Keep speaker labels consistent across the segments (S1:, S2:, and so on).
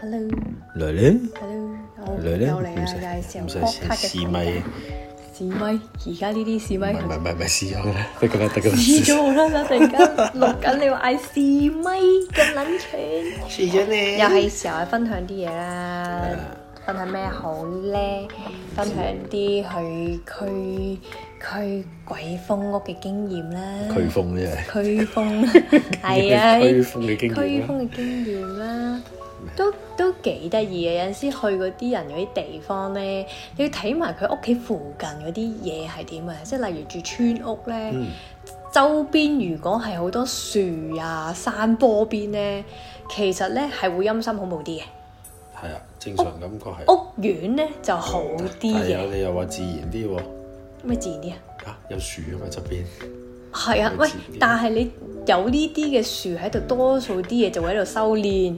S1: Hello，
S2: 嚟咧，
S1: hello，好
S2: 嚟咧，
S1: 又嚟
S2: 唔
S1: 啊！
S2: 使
S1: 又係時候
S2: 唔使
S1: podcast 嘅
S2: 試咪，
S1: 示威，而家呢啲示
S2: 唔
S1: 威
S2: 係唔係唔係唔係試咗啦，得噶啦得噶啦，
S1: 試咗好啦啦，突然間錄緊你話嗌 示威咁撚串，
S2: 試咗你
S1: 又係時候係分享啲嘢啦。分享咩好咧？分享啲去去去鬼封屋嘅經驗啦，
S2: 驅風啫，
S1: 驅風啦， 係啊，
S2: 驅風嘅經驗
S1: 驅
S2: 啦，
S1: 風嘅經驗啦，都都幾得意嘅。有陣時去嗰啲人嗰啲地方咧，你要睇埋佢屋企附近嗰啲嘢係點啊！即係例如住村屋咧，
S2: 嗯
S1: 周邊如果係好多樹啊、山坡邊咧，其實咧係會陰森恐怖啲嘅。
S2: 係啊，正常感覺係。
S1: 屋苑咧就好啲
S2: 但係啊有
S1: 嘅，
S2: 你又話自然啲喎，
S1: 咩自然啲啊？
S2: 嚇有樹啊嘛側邊，
S1: 係啊，
S2: 有
S1: 喂
S2: 自然！啲
S1: 但係你有呢啲嘅樹喺度，多數啲嘢就會喺度修煉，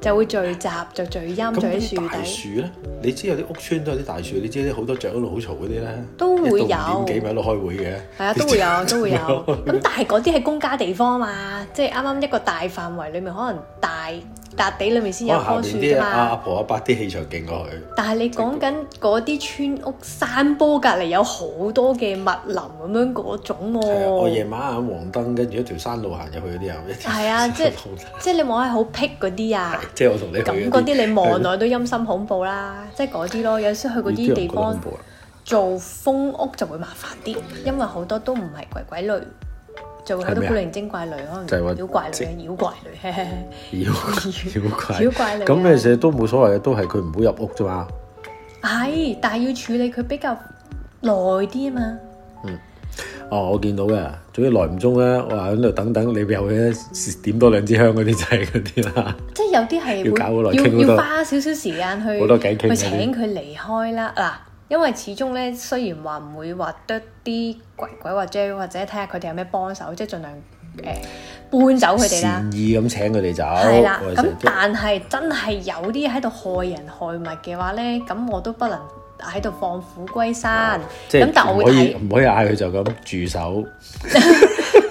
S1: 就會聚集，就聚陰，
S2: 咁
S1: 聚
S2: 嗰
S1: 喺樹
S2: 啲大
S1: 底。
S2: 樹咧，你知有啲屋村都有啲大樹，你知好多雀喺度好嘈嗰啲咧，
S1: 都會
S2: 一到
S1: 有
S2: 五點幾咪喺度開會嘅，
S1: 係啊，都會有，都會有。 咁但係嗰啲係公家地方嘛，即係啱啱一個大範圍裏面，可能大笪地裏面先有一
S2: 可
S1: 棵
S2: 能下
S1: 樹
S2: 邊
S1: 啫
S2: 啲啊阿阿
S1: 嘛。
S2: 婆阿伯啲氣場勁過佢。
S1: 但係你講緊嗰啲村屋山坡隔離有好多嘅密林咁樣嗰種
S2: 係啊，我夜
S1: 喎、
S2: 晚行黃燈，跟住一條山路行入去嗰啲人，一條
S1: 係啊即係
S2: 山路行
S1: 即係你望喺好僻嗰啲啊，
S2: 即係我同你去
S1: 咁
S2: 嗰
S1: 嗰
S2: 啲
S1: 啲你望落去都陰森恐怖啦，即係嗰啲咯。有時去嗰啲地方
S2: 啊
S1: 做封屋就會麻煩啲，因為好多都唔係鬼鬼類，就會喺
S2: 係
S1: 度
S2: 咩啊
S1: 古靈精怪類，可
S2: 就係話
S1: 能妖怪
S2: 即
S1: 類、啊妖怪類。
S2: 妖妖怪
S1: 妖怪嚟嘅
S2: 咁你成日都冇所謂嘅，都係佢唔好入屋啫嘛。
S1: 係，但係要處理佢比較耐啲啊嘛。
S2: 哦，我見到嘅，總之耐唔中咧，我話喺度等等，你又咧點多兩支香嗰啲就係嗰啲啦。
S1: 即係有啲
S2: 要搞好耐
S1: 係
S2: 傾
S1: 會
S2: 好
S1: 要要
S2: 多
S1: 花少少時間去
S2: 好多偈傾嗰啲
S1: 去請佢離開啦嗱。因為始終咧，雖然話唔會話得啲鬼鬼或者或者睇下佢哋有咩幫手，即係盡量誒、呃搬走佢哋啦。
S2: 善意咁請佢哋走。
S1: 係啦，
S2: 我哋
S1: 咁啊
S2: 成日都
S1: 但係真係有啲喺度害人害物嘅話咧，咁我都不能喺度放虎歸山。
S2: 啊即
S1: 咁
S2: 係
S1: 但係我
S2: 唔
S1: 會
S2: 可以
S1: 睇，
S2: 唔可以嗌佢就咁住手，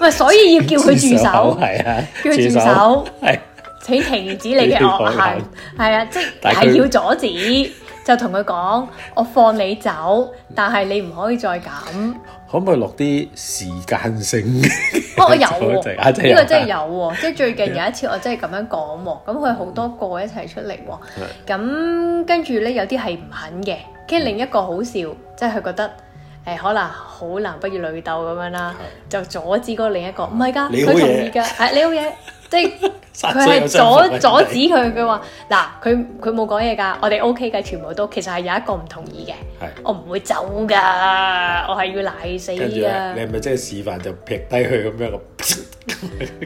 S1: 喂，所以要叫佢 住手，
S2: 係啊，
S1: 叫佢住
S2: 手
S1: 手。
S2: 係。
S1: 請停止你嘅惡行，係啊，即
S2: 但 係佢
S1: 係要阻止，就同佢講，我放你走，但係你唔可以再咁。
S2: 可唔可以落啲時間性？
S1: 哦，我有
S2: 就
S1: 喎，
S2: 係啊真係有
S1: 呢個真係有 喎，即係最近有一次我真係咁樣講喎，咁佢好多個一齊出嚟喎，咁跟住咧有啲係唔肯嘅，跟住另一個好笑，即係佢覺得。誒可能好男不如女鬥咁樣啦，就阻止嗰另一個，唔係㗎，
S2: 你好嘢
S1: 佢同意㗎，係你好嘢，即係
S2: 殺
S1: 佢
S2: 傷
S1: 係
S2: 有傷
S1: 阻
S2: 害
S1: 阻止佢，佢話嗱，佢佢冇講嘢㗎，我哋 O K 㗎，全部都其實係有一個唔同意嘅，
S2: 係
S1: 我唔會走㗎，我係要賴死
S2: 跟住咧，
S1: 㗎
S2: 你。係咪即係示範就劈低佢咁樣個，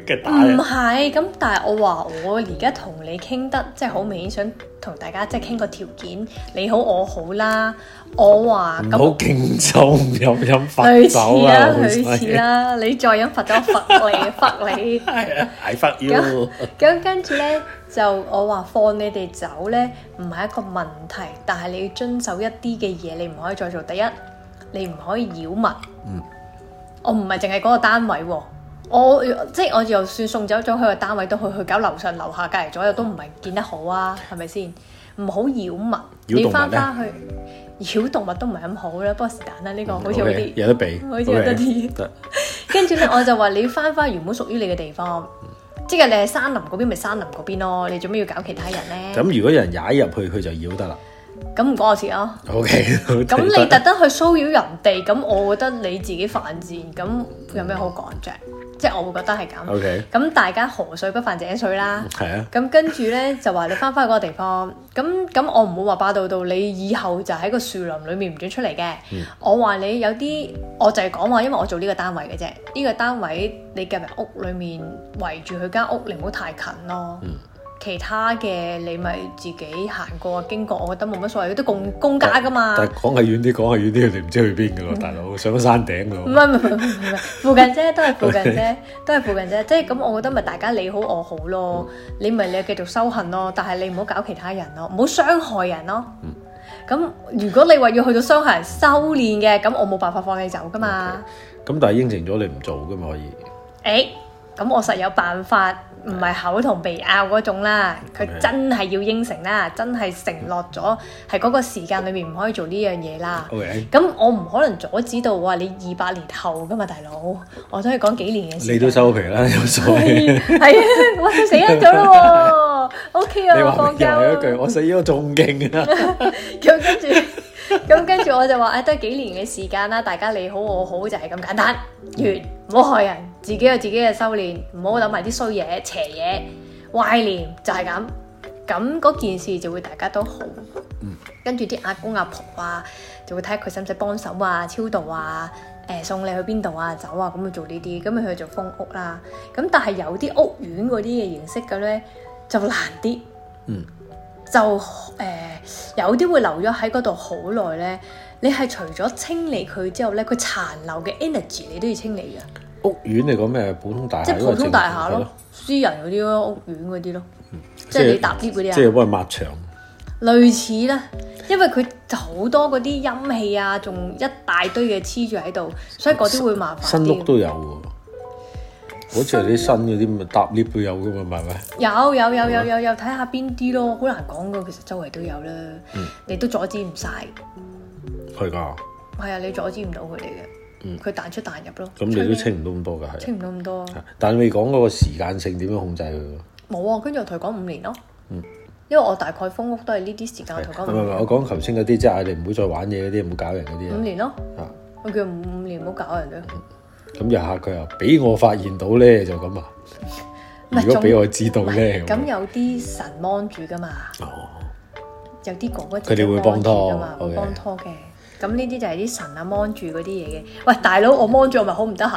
S2: 跟住打
S1: 唔
S2: 人？
S1: 係，咁但係我話我而家同你傾得即係好明顯，想同大家即係傾個條件，你好我好啦。我話
S2: 唔好
S1: 咁
S2: 勁酒，唔飲飲
S1: 類似
S2: 罰酒
S1: 啦，
S2: 啊！
S1: 類似啦，你再飲罰酒，我罰 你，罰你。
S2: 係啊，I fuck you，
S1: 咁跟住咧就我話放你哋走咧，唔係一個問題，但係你要遵守一啲嘅嘢，你唔可以再做。第一，你唔可以擾民。
S2: 嗯。
S1: 我唔係淨係嗰個單位喎，我即係我就算送走咗佢個單位，都去去搞樓上樓下隔離左右都唔係見得好啊，係咪先？唔好擾民，
S2: 擾動物呢
S1: 你翻翻去擾動物都唔係咁好啦，不過是但啦，呢、個好似好
S2: 嗯 OK，
S1: 啲。
S2: 有得避，
S1: 好似有得啲
S2: OK，得
S1: 跟住咧，我就話你翻翻原本屬於你嘅地方，即係你喺山林嗰邊咪山林嗰邊咯，你做咩要搞其他人咧？
S2: 咁如果有人踩入去，佢就繞得啦。
S1: 咁唔關我事啊！
S2: OK，
S1: 咁你特登去騷擾人哋，咁我覺得你自己犯賤，咁有咩好講啫？即係我會覺得係咁。
S2: OK，
S1: 咁大家河水不犯井水啦。
S2: 係啊，
S1: 咁跟住咧就話你翻返嗰個地方，咁咁我唔會話霸道到你以後就喺個樹林裏面唔准出嚟嘅。
S2: 嗯
S1: 我話你有啲，我就係講話，因為我做呢個單位嘅啫，呢、個單位你夾埋屋裏面圍住佢間屋，你唔好太近咯。
S2: 嗯
S1: 其他嘅你咪自己行過經過，我覺得冇乜所謂，都公公家噶嘛。
S2: 但係講係遠啲，講係遠啲，你唔知去邊噶咯，大佬上咗山頂噶
S1: 唔
S2: 咯。
S1: 係唔係唔係唔係，附近啫，都係附近啫，都係附近啫。即係咁，我覺得咪大家你好我好咯，你咪你繼續修行咯，但係你唔好搞其他人咯，唔好傷害人咯。咁如果你話要去到傷害人修練嘅，咁我冇辦法放你走噶嘛。
S2: 咁但係應承咗你唔做噶嘛，可以。
S1: 誒，咁我實有辦法，唔係口同鼻拗嗰種啦。佢
S2: Okay
S1: 真係要應承啦，真係承諾咗係嗰個時間裏面唔可以做呢樣嘢啦。
S2: OK，
S1: 咁我唔可能阻止到話你二百年後噶嘛，大佬，我都係講幾年嘅事。
S2: 你都收皮 啦，有所謂。
S1: 係啊，我死咗咗咯喎，OK 啊，
S2: 你
S1: 我
S2: 話
S1: 放
S2: 明又
S1: 假
S2: 係
S1: 啦
S2: 一句，我死咗仲 勁啊！
S1: 咁跟住，咁跟住我就話：，誒、都係幾年嘅時間啦，大家你好我好就係咁簡單，完，唔好害人，自己有自己嘅修練，唔好諗埋啲衰嘢、邪嘢、壞念，就係咁。咁嗰件事就會大家都好。跟住啲阿公阿婆啊，就會睇下佢使唔使幫手啊、超度啊、誒、送你去邊度啊、走啊，咁去做呢啲，咁咪去做封屋啦。咁但係有啲屋苑嗰啲嘅形式嘅咧，就難啲。
S2: 嗯，
S1: 就誒、有啲會留咗喺嗰度好耐咧。你係除咗清理佢之後咧，佢殘留嘅 energy 你都要清理嘅，
S2: 屋苑你講咩？普通大廈
S1: 即係普通大廈
S2: 啊嗰個政
S1: 咯
S2: 府、
S1: 私人嗰啲咯、屋苑嗰啲咯，即
S2: 嗯即
S1: 係
S2: 係
S1: 你搭 lift 嗰
S2: 係
S1: 啲
S2: 咯
S1: 啊。
S2: 即係幫佢抹牆。
S1: 類似啦，因為佢好多嗰啲陰氣啊，仲一大堆嘢黐住喺度，所以嗰啲會麻煩
S2: 新屋
S1: 啲。
S2: 都有喎，好似係啲新嗰啲咪搭 lift 都有噶嘛，係咪？
S1: 有有有有有有，睇下邊啲咯，好難講噶。其實周圍都有啦，
S2: 嗯
S1: 你都阻止唔晒。
S2: 係㗎，
S1: 係啊，你阻止唔到佢哋嘅，佢彈出彈入咯。
S2: 嗯咁你都
S1: 吹咩
S2: 清唔到咁多㗎，係。
S1: 清唔到咁多啊，
S2: 但係你講嗰個時間性點樣控制佢喎？
S1: 冇啊。跟住我同佢講五年咯，因為我大概封屋都係呢啲時間，我
S2: 係
S1: 同
S2: 唔
S1: 佢
S2: 係唔係，
S1: 講
S2: 我講頭先嗰啲，即係嗌你唔好再玩嘢嗰啲，唔好搞人嗰
S1: 五
S2: 啲
S1: 年咯，
S2: 啊。啊，
S1: 我叫佢五五年唔好搞人咯。
S2: 咁遊客佢又俾我發現到咧，就咁啊。
S1: 唔係
S2: 如果
S1: 仲
S2: 俾我知道咧，
S1: 咁有啲神芒住噶嘛。
S2: 哦，
S1: 有啲哥哥
S2: 佢哋會幫拖
S1: 噶嘛，會
S2: OK
S1: 幫拖嘅。咁呢啲就係啲神啊，芒住嗰啲嘢嘅。喂，大佬，我芒住我咪好唔得閒，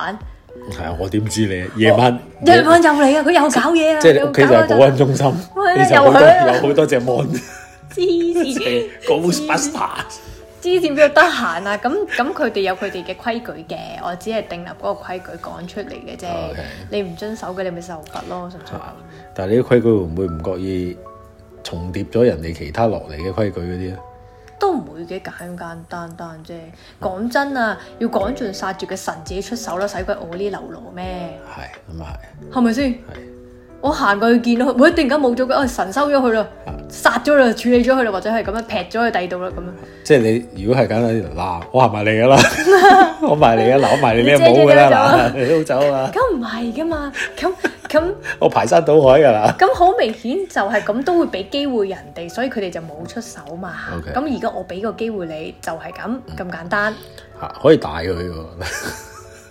S2: 係啊，我點知你夜晚
S1: 哦夜晚又嚟啊，佢又搞嘢啊，
S2: 即係你
S1: 又
S2: 屋企就
S1: 搞啊
S2: 係保安中心，
S1: 喂
S2: 你就好多
S1: 又係啊
S2: 有好多隻 mon
S1: 黐 線，
S2: Ghostbuster。
S1: 黐線邊度得閒啊？咁咁佢哋有佢哋嘅規矩嘅，我只係訂立嗰個規矩講出嚟嘅啫
S2: 啊 OK。
S1: 你唔遵守嘅，你咪受罰咯，純粹。
S2: 啊但係你啲規矩會唔會唔覺意重疊咗人哋其他落嚟嘅規矩嗰啲咧？
S1: 都唔會嘅，簡簡單單啫。講真啊，要趕盡殺絕嘅神自己出手啦，使鬼我呢流羅咩？
S2: 係咁啊
S1: 係咪先？
S2: 係係
S1: 我行過去見到佢，喂！突然間冇咗佢，啊神收咗佢啦，殺咗佢啦，處理咗佢啦，或者係咁樣劈咗佢第二度啦咁樣。
S2: 即係你如果係簡單啲嗱，我行埋嚟㗎 啦，我埋嚟㗎啦，我埋你你
S1: 你
S2: 又
S1: 遮
S2: 冇㗎
S1: 遮走
S2: 啦
S1: 啊
S2: 嗱，你都走啊，
S1: 咁唔係噶嘛，咁咁
S2: 我排山倒海㗎啦。
S1: 咁好明顯就係咁都會俾機會人哋，所以佢哋就冇出手嘛。
S2: OK 嗯
S1: 咁而家我俾個機會你，就係咁咁簡單，
S2: 嚇可以帶佢喎，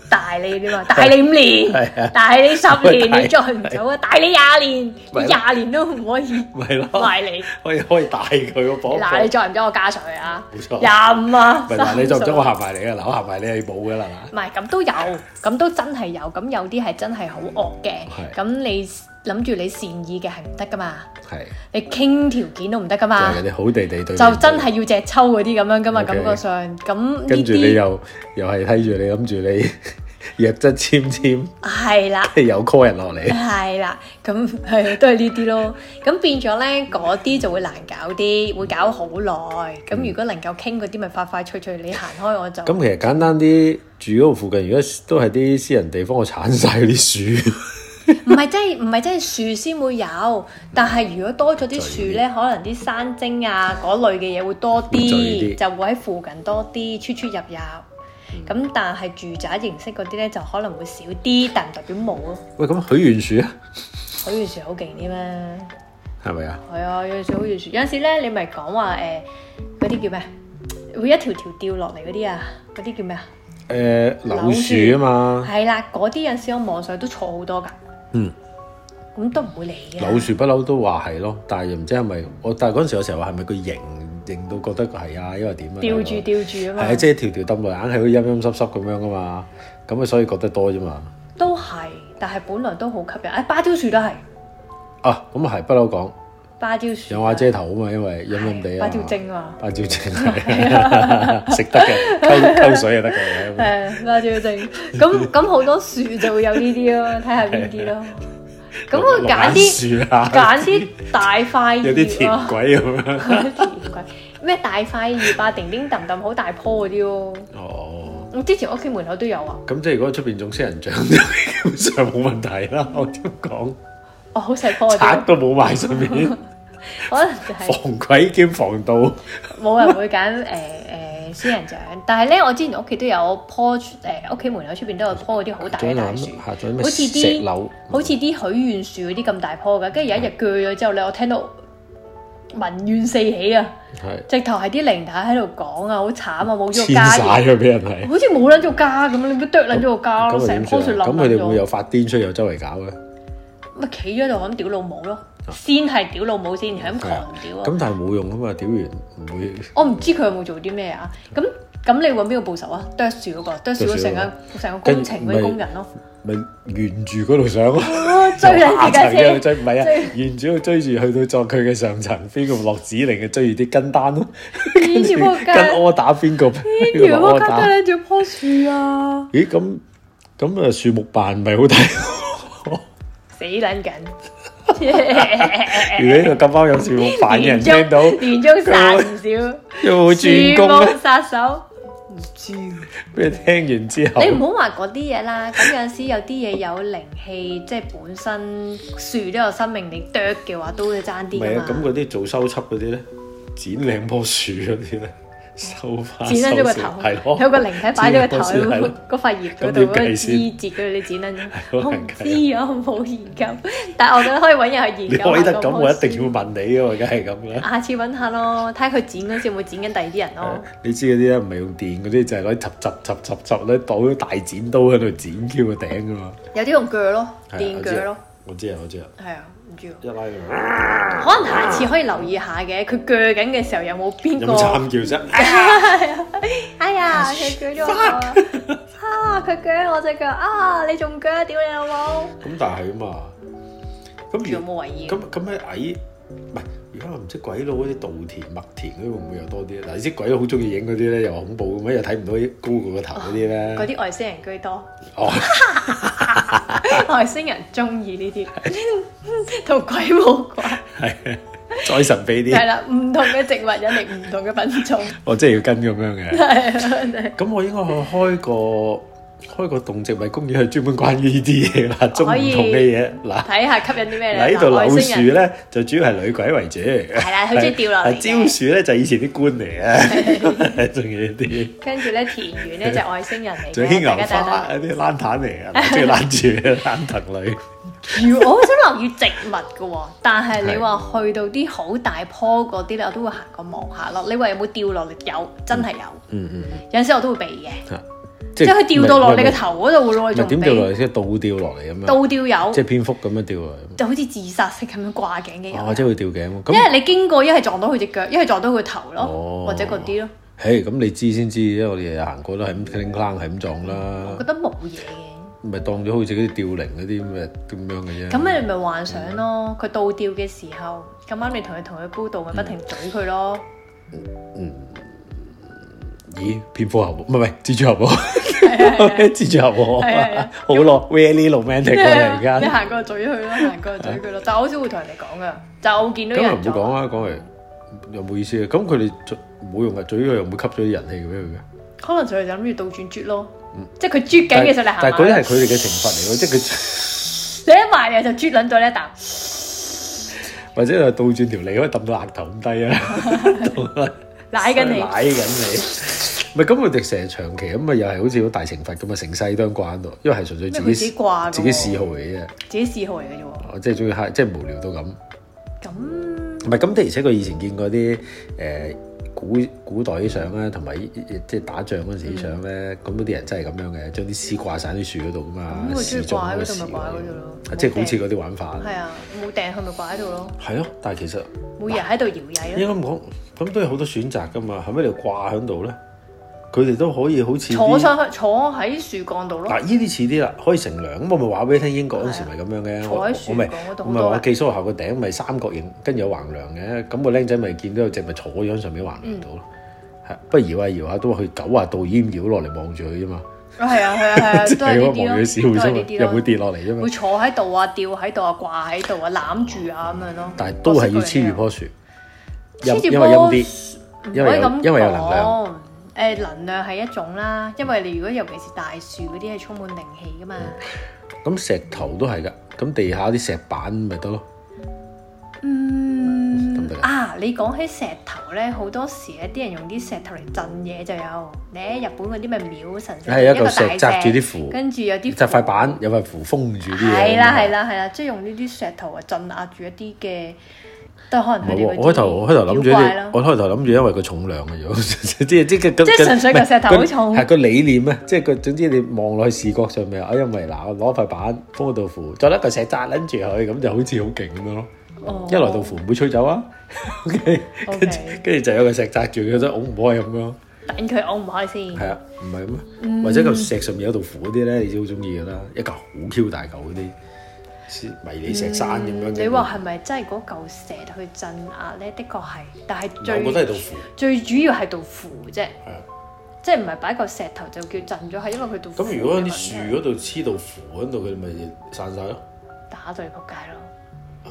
S1: 大你啲 嘛，大你五
S2: 係啊
S1: 年，大你十
S2: 喂大
S1: 年，你再唔走啊，大你廿年，
S2: 咪
S1: 你
S2: 咯
S1: 廿年都唔可以
S2: 咪咯，
S1: 埋你。
S2: 可以可以帶佢個綁
S1: 嗱，你
S2: 綁。
S1: 再唔走，我加上去啊，
S2: 冇錯
S1: 廿五啊，
S2: 咪嗱，你哦再唔
S1: 30
S2: 中我行埋嚟㗎啦，我行埋你係冇㗎啦嗱。
S1: 唔係咁都有，咁都真係有，咁有啲係真係好惡嘅。
S2: 嗯係
S1: 咁你諗住你善意嘅係唔得噶嘛？
S2: 係，
S1: 你傾條件都唔得噶
S2: 就
S1: 嘛
S2: 係？你好地地
S1: 就
S2: 對面
S1: 真係要隻抽嗰啲咁樣噶嘛
S2: OK
S1: 感覺上咁呢
S2: 跟住你
S1: 啲
S2: 又又係睇住你，諗住你 弱質纖纖，
S1: 係啦。
S2: 跟住又 call 人落嚟。
S1: 係啦，咁 係都係呢啲咯。咁變咗咧，嗰啲就會難搞啲，會搞好耐。咁如果能夠傾嗰啲，咪快快脆脆你行開我就。
S2: 嗯咁其實簡單啲，住嗰度附近，如果都係啲私人地方，我鏟晒嗰啲樹，
S1: 唔係真係唔係真係樹先會有，但係如果多咗啲樹咧，可能啲山精啊嗰類嘅嘢會多
S2: 會聚啲
S1: 啲，就會喺附近多啲，出出入入。咁、但係住宅形式嗰啲咧就可能會少啲，但唔代表冇咯。
S2: 喂，咁許願樹啊，
S1: 許願樹好勁啲咩？
S2: 係咪啊？
S1: 係啊，有陣時好願樹，有陣時咧你咪講話誒嗰啲叫咩？會一條條掉落嚟嗰啲啊，嗰啲叫咩啊？
S2: 誒、柳樹啊嘛，
S1: 係啦，嗰啲有陣時我網上都錯好多㗎。
S2: 嗯。
S1: 咁都唔會嚟嘅。
S2: 柳樹不嬲都話係咯，但係又唔知係咪我，但係嗰陣時我成日話係咪佢型型到覺得係啊，因為點啊？
S1: 吊住
S2: 係
S1: 吊住啊嘛。
S2: 啊，即係條條氹落，硬係好似陰陰濕濕咁樣噶嘛，咁啊所以覺得多啫嘛。
S1: 都係，但係本來都好吸引。誒、芭蕉樹都係，
S2: 啊，咁啊係不嬲講
S1: 芭蕉樹
S2: 有瓦遮頭啊嘛，因為陰
S1: 係
S2: 陰地啊嘛。
S1: 芭蕉精啊，
S2: 芭蕉精係食得嘅，溝溝水就得嘅。
S1: 係芭蕉精。咁咁好多樹就會有呢啲咯，睇下邊啲咯。咁我揀 啲
S2: 啲樹啊，
S1: 揀啲大塊
S2: 有啲
S1: 葉
S2: 甜
S1: 咯，
S2: 鬼咁 樣。
S1: 嗰啲甜鬼咩大塊葉啊，叮叮揼揼好大棵嗰啲咯。
S2: 哦，
S1: 我之前屋企門口都有啊，
S2: 咁即係如果出邊種仙人掌，就 基本上冇問題啦。我點講，
S1: 哦好細棵嗰
S2: 賊
S1: 啲，
S2: 都冇埋上面，
S1: 可能 就係、
S2: 防鬼兼防盜。
S1: 冇人會揀誒誒仙人掌，但係咧，我之前屋企都有棵誒屋企門口出邊都有棵嗰啲好大
S2: 仲
S1: 嘅
S2: 有
S1: 大
S2: 諗
S1: 樹，
S2: 下仲有咩
S1: 好似
S2: 石
S1: 啲
S2: 榴
S1: 好似啲許願樹嗰啲咁大棵嘅，跟住有一日鋸咗之後咧，我聽到民怨四起啊！
S2: 係
S1: 直頭係啲靈體喺度講啊，好慘啊，冇咗
S2: 遷
S1: 個家
S2: 晒
S1: 園，
S2: 啊，俾人係。
S1: 好似冇撚咗家咁，你咪剁撚咗個家
S2: 咁
S1: 咯，
S2: 咪
S1: 成
S2: 點
S1: 棵
S2: 算
S1: 樹
S2: 啊？
S1: 冧
S2: 咁佢哋
S1: 撚
S2: 會唔會有
S1: 咗，
S2: 發癲出又周圍搞啊咧？
S1: 咪企咗喺度咁屌老母咯，先係屌老母先，係咁狂屌啊！
S2: 咁但係冇用啊嘛，屌完唔會。
S1: 我唔知佢有冇做啲咩啊？咁咁你揾邊個報仇啊？剁樹嗰個，剁樹嗰個成個成個工程嗰啲工人咯，
S2: 咪沿住嗰度上咯，
S1: 哇 追
S2: 下
S1: 緊自
S2: 層嘅
S1: 架車，
S2: 追，唔係啊
S1: 追，
S2: 沿住度追住去到作佢嘅上層，邊個落指令嘅追住啲跟 單咯，跟
S1: 黐
S2: 住
S1: 住
S2: 跟
S1: 仆街
S2: 柯打邊個，邊
S1: 條
S2: 個落
S1: 嗰
S2: 柯
S1: 家
S2: 打
S1: 都。喺住棵樹啊，
S2: 咦咁咁啊樹木扮唔係好睇，
S1: 死 撚緊，
S2: 如果呢度咁啱有樹木扮嘅人聽到，
S1: 年中殺唔少，
S2: 有冇轉工
S1: 樹
S2: 咧
S1: 木？殺手。唔知啊
S2: 俾你聽完之後
S1: 你，唔好話嗰啲嘢啦，咁有陣時有啲嘢有靈氣，即係本身樹都有生命，你啄嘅話都會爭
S2: 唔
S1: 啲
S2: 係
S1: 噶
S2: 啊，咁
S1: 嘛，
S2: 嗰啲做修葺嗰啲咧，剪兩棵樹嗰啲咧，收花
S1: 剪
S2: 啊收
S1: 撚咗個
S2: 樹
S1: 頭
S2: 係，咯，
S1: 有個靈體擺咗個頭
S2: 剪咗棵樹係
S1: 喺
S2: 咯
S1: 嗰塊葉嗰度，
S2: 咁點
S1: 嗰
S2: 計
S1: 個
S2: 先
S1: 枝節嗰度你剪撚
S2: 係
S1: 咗，
S2: 好
S1: 我
S2: 難
S1: 唔
S2: 計啊
S1: 知啊，我冇研究，但係我覺得可以揾人去
S2: 你
S1: 研究下
S2: 開得咁，
S1: 嗰棵
S2: 我一定
S1: 樹
S2: 要問你啊嘛，梗係咁啦。
S1: 下次揾下咯，睇下佢剪嗰時有冇剪緊第二啲人咯。
S2: 你知嗰啲咧唔係用電嗰啲，就係攞啲揼揼揼揼揼咧，攞大剪刀喺度剪 Q 個頂噶嘛。
S1: 有啲用鋸咯，
S2: 係啊
S1: 電鋸咯，
S2: 我知啊，我知啊，
S1: 係啊，唔知喎。
S2: 一拉佢
S1: 可能下次可以留意下嘅，佢鋸緊嘅時候有冇邊
S2: 有
S1: 個
S2: 冇？啊慘叫啫？
S1: 哎呀，佢鋸咗我腳 啊！佢鋸我隻腳啊！你仲鋸？屌你老母！
S2: 咁但係啊嘛，咁
S1: 仲有
S2: 如
S1: 冇為意？
S2: 咁咁喺矮，唔係而家我唔知鬼佬嗰啲稻田、麥田嗰啲會唔會又多啲咧？嗱，你知鬼佬好中意影嗰啲咧，又話恐怖咁樣，又睇唔到高過個頭
S1: 嗰
S2: 嗰啲咧。
S1: 啲外星人居多，
S2: 哦，
S1: 外星人中意呢啲， 同鬼冇關。
S2: 係啊再神秘
S1: 係
S2: 啲，
S1: 啦，唔同嘅植物引嚟唔同嘅品種。
S2: 我真係要跟咁樣嘅。
S1: 係啊，
S2: 咁我應該去開個開個動植物公園，係專門關於呢啲嘢啦，種唔同嘅嘢。嗱，
S1: 睇下吸引啲咩
S2: 嗱
S1: 咧？
S2: 呢度
S1: 嗱外
S2: 柳
S1: 星
S2: 樹
S1: 人
S2: 咧就主要係女鬼為主，係
S1: 啦佢中意掉落嚟嘅
S2: 蕉樹咧就以前啲官嚟嘅，仲有啲，
S1: 跟住咧田園 咧就係外星人嚟
S2: 仲有啲
S1: 嘅，
S2: 牛
S1: 大家等等
S2: 花、。啲蘭坦嚟嘅，即係攬住蘭藤女。
S1: 如我好想留意植物嘅喎，但係你話去到啲好大棵嗰啲咧，我都會行過望下咯。你話有冇掉落嚟？有，真係有。
S2: 嗯嗯，
S1: 有陣時我都會避嘅，
S2: 即
S1: 即係佢掉到落你個，頭嗰度會攞
S2: 唔
S1: 嚟
S2: 係
S1: 仲
S2: 點掉落
S1: 避。
S2: 嚟？即係倒掉落嚟咁樣，
S1: 倒吊有，
S2: 即係蝙蝠咁樣掉落嚟。
S1: 就好似自殺式咁樣掛頸嘅
S2: 哦，
S1: 人，
S2: 即係會掉頸喎。
S1: 因
S2: 咁
S1: 為你經過一係撞到佢只腳，一係撞到佢頭
S2: 哦
S1: 咯，或者嗰啲咯，
S2: 嘿，咁你知先知，因為我哋日日行過都係咁叮啷係咁撞啦
S1: 我覺。得冇嘢嘅。
S2: 咪當咗好似嗰啲吊鈴嗰啲咁嘅咁樣嘅啫。
S1: 咁你咪幻想咯，佢倒吊嘅時候，咁啱你同佢同佢高度，咪不停懟佢咯。
S2: 咦？蝙蝠俠唔係唔係蜘蛛俠
S1: 係係
S2: 喎，蜘蛛俠
S1: 係係
S2: 喎
S1: 係，
S2: 好咯，very romantic
S1: 係
S2: 啊！
S1: 啊
S2: 突然
S1: 你
S2: 間，
S1: 行過嘴佢咯，行過嘴佢咯，但係我好少會同人哋講噶，就係我見到有
S2: 啊咁又
S1: 人
S2: 唔好
S1: 做，啊
S2: 講啦，啊講嚟又冇意思嘅。啊咁佢哋嘴冇用嘅，嘴佢又唔會吸咗啲人氣俾佢嘅。
S1: 可能就係諗住倒轉啜咯，即係佢啜緊
S2: 但
S1: 嘅
S2: 係
S1: 時候你行埋
S2: 嗯但係嗰啲係佢哋嘅懲罰嚟嘅，即係佢
S1: 你一埋嚟就啜撚咗呢一啖，
S2: 或者係倒轉條脷可以揼到額頭咁低啊，
S1: 舐緊你，
S2: 舐緊你。唔係咁，佢哋成日長期咁啊，又係好似好大懲罰咁啊，成世都咁掛喺度，因為係純粹
S1: 咩佢
S2: 自
S1: 自己
S2: 己
S1: 掛㗎
S2: 自
S1: 喎
S2: 己嗜好嚟嘅啫。
S1: 自己嗜好嚟嘅啫喎。
S2: 我即係中意黑，即係無聊到咁。
S1: 咁
S2: 唔係咁的，而且佢以前見過啲誒、呃古古代啲相咧，同埋依依即係打仗嗰陣時啲相咧，咁嗰啲人真係咁樣嘅，將啲絲掛晒喺啲樹嗰度噶嘛，
S1: 咁佢中意
S2: 示眾
S1: 掛喺
S2: 嗰
S1: 嗰度咪掛喺嗰度
S2: 度
S1: 咯
S2: 啊即係好似嗰啲玩法。
S1: 係啊，冇掟佢咪掛喺度咯，
S2: 係咯，但係其實
S1: 每日喺度搖曳
S2: 應
S1: 咯，
S2: 該咁講，咁都有好多選擇噶嘛，後尾你掛喺度咧，佢哋都可以好似
S1: 坐
S2: 啲
S1: 上去坐喺樹幹度咯，
S2: 嗱，呢啲似啲啦，可以乘涼。咁我咪話俾你聽，英國嗰陣時咪咁樣嘅。
S1: 坐
S2: 我
S1: 喺樹
S2: 我咪
S1: 嗰度
S2: 我
S1: 好
S2: 咪
S1: 多
S2: 話
S1: 啦
S2: 寄宿學校個頂咪三角形，跟住有橫梁嘅。咁個僆仔咪見到有隻咪坐咗喺上面橫梁度咯。
S1: 嗯
S2: 係，不過搖下搖下都話佢九啊度已經搖落嚟望住佢啫嘛，
S1: 啊係啊係啊係啊，
S2: 即
S1: 都係
S2: 係
S1: 呢
S2: 望住佢笑
S1: 啲咯，都係呢
S2: 啫嘛，
S1: 啲
S2: 又唔會
S1: 咯，
S2: 跌落嚟啫嘛
S1: 會。坐喺度啊，吊喺度啊，掛喺度啊，攬住啊咁樣咯。
S2: 但係都係要黐住
S1: 棵
S2: 棵樹，
S1: 黐
S2: 因
S1: 住
S2: 因為陰
S1: 棵
S2: 啲，
S1: 唔
S2: 因
S1: 可
S2: 為
S1: 以
S2: 有
S1: 咁
S2: 因為有能量。
S1: 講誒能量係一種啦，因為你如果尤其是大樹嗰啲係充滿靈氣噶嘛，
S2: 咁石頭都係㗎，咁地下啲石板咪得咯。
S1: 嗯
S2: 咁得㗎
S1: 啊，你講起石頭咧，好多時一啲人用啲石頭嚟鎮嘢就有，你喺日本嗰啲咪廟神社
S2: 係一嚿石
S1: 大
S2: 紮住啲符，
S1: 跟住有啲
S2: 紮塊板，有塊符封住啲嘢。啊
S1: 係啦係。啦係啦，即係用呢啲石頭啊鎮壓住一啲嘅，都可
S2: 唔
S1: 能佢
S2: 係
S1: 哋
S2: 喎，
S1: 嗰啲
S2: 我開頭我開頭諗住
S1: 妖怪啦
S2: 你，我開頭諗住因為個重量嘅啫， 即係即係即
S1: 即係純粹嚿石頭好重
S2: 係個理念啊！即係個總之你望落去視覺上面啊，因為嗱，我攞塊板封嗰道符，再攞嚿石紮拎住佢，咁就好似好勁咁樣咯。
S1: 哦
S2: 一來道符唔會吹走啊，OK，
S1: OK
S2: 跟住跟住就有個石紮住佢，真係好唔開咁樣。
S1: 等佢我唔開先。
S2: 係啊，唔係咩？
S1: 嗯
S2: 或者嚿石上面有道符嗰啲咧，你知好中意㗎啦，一嚿好 Q 大嚿嗰啲，似迷你石山咁樣嘅。
S1: 嗯你話係咪真係嗰嚿石去鎮壓咧？的確係，但係
S2: 我覺得係道
S1: 最
S2: 符。
S1: 最主要係道符啫，
S2: 係啊，
S1: 即係唔係擺嚿石頭就叫鎮咗，係因為佢道符
S2: 咁如果
S1: 嘅問
S2: 啲
S1: 題
S2: 樹嗰度黐到符喺度，佢咪散晒咯。
S1: 打到你仆街咯，
S2: 啊